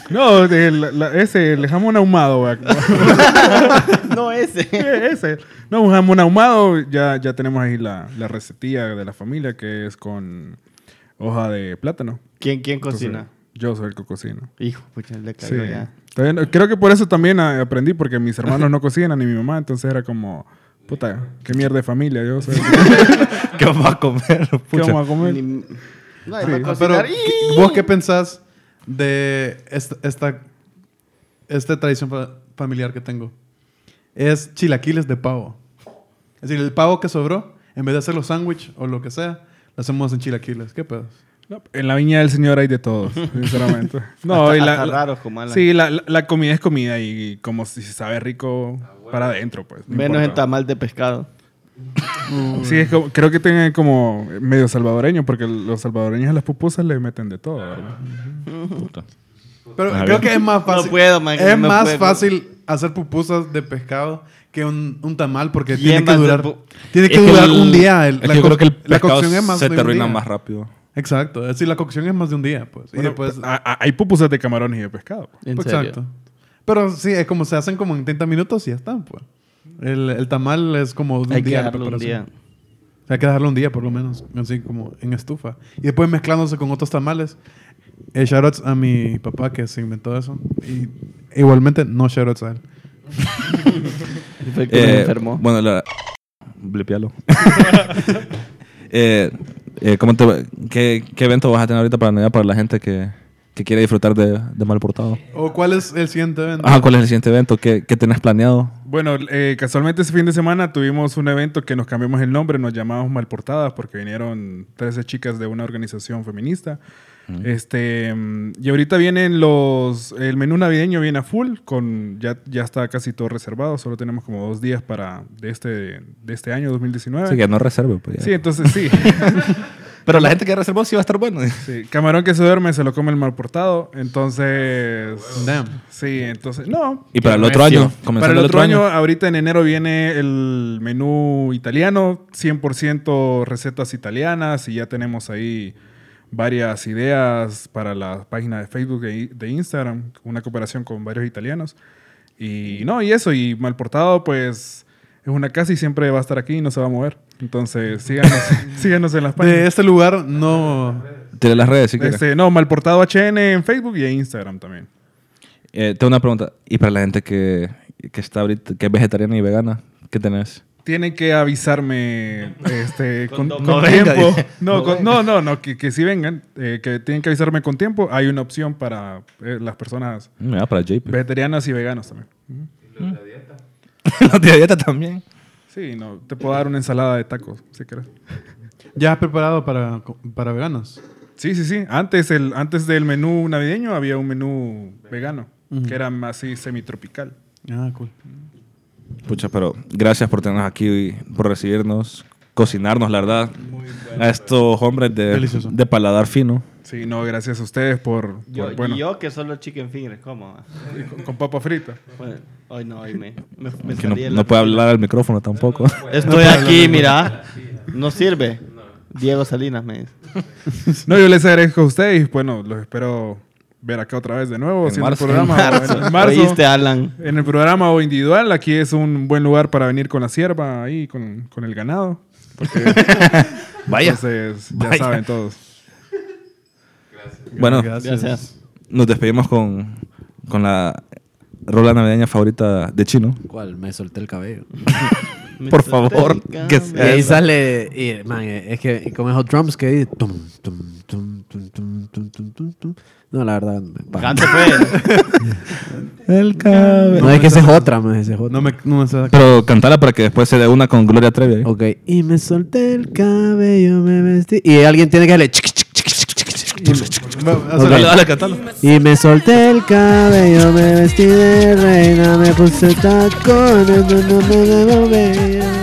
Speaker 7: No, el- la- ese, el jamón ahumado. va-
Speaker 4: (laughs) no ese.
Speaker 7: Eh, Ese. No, un jamón ahumado. Ya, ya tenemos ahí la, la recetilla de la familia que es con hoja de plátano.
Speaker 4: ¿Quién, quién
Speaker 7: Entonces,
Speaker 4: cocina?
Speaker 7: yo soy el que cocino.
Speaker 4: Hijo, pucha, le
Speaker 7: Sí.
Speaker 4: cayó ya.
Speaker 7: Está bien. Creo que por eso también ah, aprendí, porque mis hermanos no cocinan ni mi mamá, entonces era como, puta, qué mierda de familia. Yo soy el
Speaker 4: (laughs)
Speaker 7: que-
Speaker 2: ¿Qué va a comer?
Speaker 7: ¿Qué vamos a comer?
Speaker 4: Ni- No, hay
Speaker 5: Sí,
Speaker 4: para
Speaker 5: Ah, pero,
Speaker 4: cocinar.
Speaker 5: ¿qué- ¿vos qué pensás de esta, esta, esta tradición fa- familiar que tengo? Es chilaquiles de pavo. Es decir, el pavo que sobró, en vez de hacerlo sándwich o lo que sea, lo hacemos en chilaquiles. ¿Qué pedos?
Speaker 7: No, en la viña del señor hay de todo, sinceramente. No,
Speaker 4: Hasta-
Speaker 7: y la,
Speaker 4: hasta
Speaker 7: la-
Speaker 4: raros como Alan.
Speaker 7: Sí, la, la- la comida es comida y, como si sabe rico para adentro, pues. no
Speaker 4: Ah, Menos el
Speaker 7: importa.
Speaker 4: tamal de pescado.
Speaker 7: Sí, es como- creo que tienen como medio salvadoreño, porque los salvadoreños a las pupusas le meten de todo. ¿verdad?
Speaker 5: Pero
Speaker 2: Ajá.
Speaker 5: creo que es más fácil.
Speaker 4: puedo, man,
Speaker 5: Es
Speaker 4: no
Speaker 5: más
Speaker 4: puedo.
Speaker 5: fácil hacer pupusas de pescado que un, un tamal porque
Speaker 4: ¿Quién
Speaker 5: tiene
Speaker 4: va
Speaker 5: que
Speaker 4: a hacer
Speaker 5: durar.
Speaker 4: pu-
Speaker 5: Tiene que
Speaker 2: Es
Speaker 5: durar
Speaker 2: el-
Speaker 5: un día. el-
Speaker 2: es que
Speaker 5: la
Speaker 2: yo
Speaker 5: co-
Speaker 2: creo que el
Speaker 5: la
Speaker 2: pescado
Speaker 5: cocción es más
Speaker 2: se
Speaker 5: de
Speaker 2: te
Speaker 5: un
Speaker 2: arruina
Speaker 5: día.
Speaker 2: más rápido.
Speaker 5: Exacto. Es decir, la cocción es más de un día, pues. y
Speaker 7: Bueno,
Speaker 5: después.
Speaker 7: a- a- hay pupusas de camarones y de pescado.
Speaker 4: En
Speaker 5: Pues
Speaker 4: serio.
Speaker 5: Exacto. Pero sí, es como se hacen como en 30 minutos y ya están, pues. El, el tamal es como de un
Speaker 4: Hay que
Speaker 5: día de
Speaker 4: dejarlo un día.
Speaker 5: preparación. Hay que dejarlo un día, por lo menos, así como en estufa. Y después mezclándose con otros tamales. Eh, shoutouts a mi papá que se inventó eso. Y igualmente, no shoutouts a él.
Speaker 4: Y Fue el que me
Speaker 2: Eh,
Speaker 4: enfermó.
Speaker 2: Bueno, la... Blepialo. (laughs) eh, eh, ¿cómo te- qué, qué evento vas a tener ahorita para Navidad para la gente que, que quiere disfrutar de, de mal portado?
Speaker 5: ¿O cuál es el siguiente evento?
Speaker 4: Ah.
Speaker 2: Ajá, ¿cuál es el siguiente evento? ¿Qué, qué tenés planeado?
Speaker 7: Bueno, eh, casualmente ese fin de semana tuvimos un evento que nos cambiamos el nombre, nos llamamos Malportadas porque vinieron 13 chicas de una organización feminista. Este, mm, y ahorita vienen los, el menú navideño viene a full, con, ya, ya está casi todo reservado, solo tenemos como dos días para de este, de este año 2019.
Speaker 2: Sí, que no reserve. Pues, ya.
Speaker 7: sí entonces sí.
Speaker 2: (laughs) Pero la gente que reservó sí va a estar bueno.
Speaker 7: Sí, camarón que se duerme se lo come el mal portado. Entonces.
Speaker 5: Damn.
Speaker 7: Sí, entonces. No.
Speaker 2: Y para el otro año, comenzando
Speaker 7: Para el otro año, ahorita en enero viene el menú italiano, 100% recetas italianas, y ya tenemos ahí varias ideas para la página de Facebook e de Instagram, una cooperación con varios italianos. Y no, y eso, y mal portado, pues es una casa y siempre va a estar aquí y no se va a mover. Entonces, síganos, (laughs) síganos en las páginas.
Speaker 5: De este lugar no...
Speaker 2: Tiene las redes, si quieres.
Speaker 7: Este, no, Malportado HN en Facebook y en Instagram también.
Speaker 2: Eh, tengo una pregunta. Y para la gente que, que está ahorita, que es vegetariana y vegana, ¿qué tenés?
Speaker 7: Tienen que avisarme
Speaker 4: (laughs)
Speaker 7: este, con,
Speaker 4: Cuando
Speaker 7: con
Speaker 4: no venga,
Speaker 7: tiempo.
Speaker 4: dice.
Speaker 7: No,
Speaker 4: No
Speaker 7: con-
Speaker 4: venga.
Speaker 7: no, no, no, que, si vengan, eh, que tienen que avisarme con tiempo. Hay una opción para eh, las personas
Speaker 2: Mira, para JP.
Speaker 7: vegetarianas y veganos también.
Speaker 2: (laughs) la dieta también.
Speaker 7: Sí, no, te puedo dar una ensalada de tacos, si quieres.
Speaker 5: ¿Ya has preparado para, para veganos?
Speaker 7: Sí, sí, sí. Antes, el, antes del menú navideño había un menú vegano, que era más así semitropical.
Speaker 5: Ah, cool.
Speaker 2: Pucha, pero gracias por tenernos aquí, y por recibirnos, cocinarnos, la verdad, a estos hombres de,
Speaker 5: Delicioso.
Speaker 2: de paladar fino.
Speaker 7: Sí, no, gracias a ustedes por,
Speaker 4: Yo,
Speaker 7: por, bueno,
Speaker 4: y yo que solo chicken fingers, ¿cómo?
Speaker 7: y con, con papa frita.
Speaker 4: Bueno, hoy no, hoy me, me, me
Speaker 2: Que no,
Speaker 4: salí de
Speaker 2: no
Speaker 4: la-
Speaker 2: puede hablar al micrófono tampoco.
Speaker 4: Estoy aquí, mira. No sirve. Diego Salinas me dice.
Speaker 7: No, yo les agradezco a ustedes y bueno, los espero ver acá otra vez de nuevo
Speaker 2: En
Speaker 7: haciendo
Speaker 2: marzo.
Speaker 7: el programa. o
Speaker 4: (laughs)
Speaker 7: en- en Ah, marzo.
Speaker 4: Oíste, Alan.
Speaker 7: En el programa o individual, aquí es un buen lugar para venir con la sierva ahí, con, con el ganado. Porque,
Speaker 2: Vaya.
Speaker 7: Entonces, ya
Speaker 2: Vaya.
Speaker 7: saben todos.
Speaker 2: Bueno,
Speaker 4: Gracias.
Speaker 2: nos despedimos con, con la rola navideña favorita de Chino.
Speaker 3: ¿Cuál? Me solté el cabello.
Speaker 2: Por favor, que
Speaker 3: Y ahí
Speaker 2: sea.
Speaker 3: sale. y, man, eh, es que con esos drums que hay. tum, tum, tum, tum, tum, tum, tum, tum, tum. No, la verdad. me- pa-
Speaker 4: Cante, pues.
Speaker 2: El cabello.
Speaker 3: No, es que esa es otra, man. Esa es otra.
Speaker 5: No me, no me sé-
Speaker 2: Pero cantala para que después se dé una con Gloria Trevi. ¿eh? ahí.
Speaker 3: Ok. Y me solté el cabello, me vestí. Y alguien tiene que darle.
Speaker 5: Ok.
Speaker 2: Dale, dale, cantala.
Speaker 3: Y me solté el cabello, me vestí de reina, me puse tacones, no, no, no, no, no, no, no.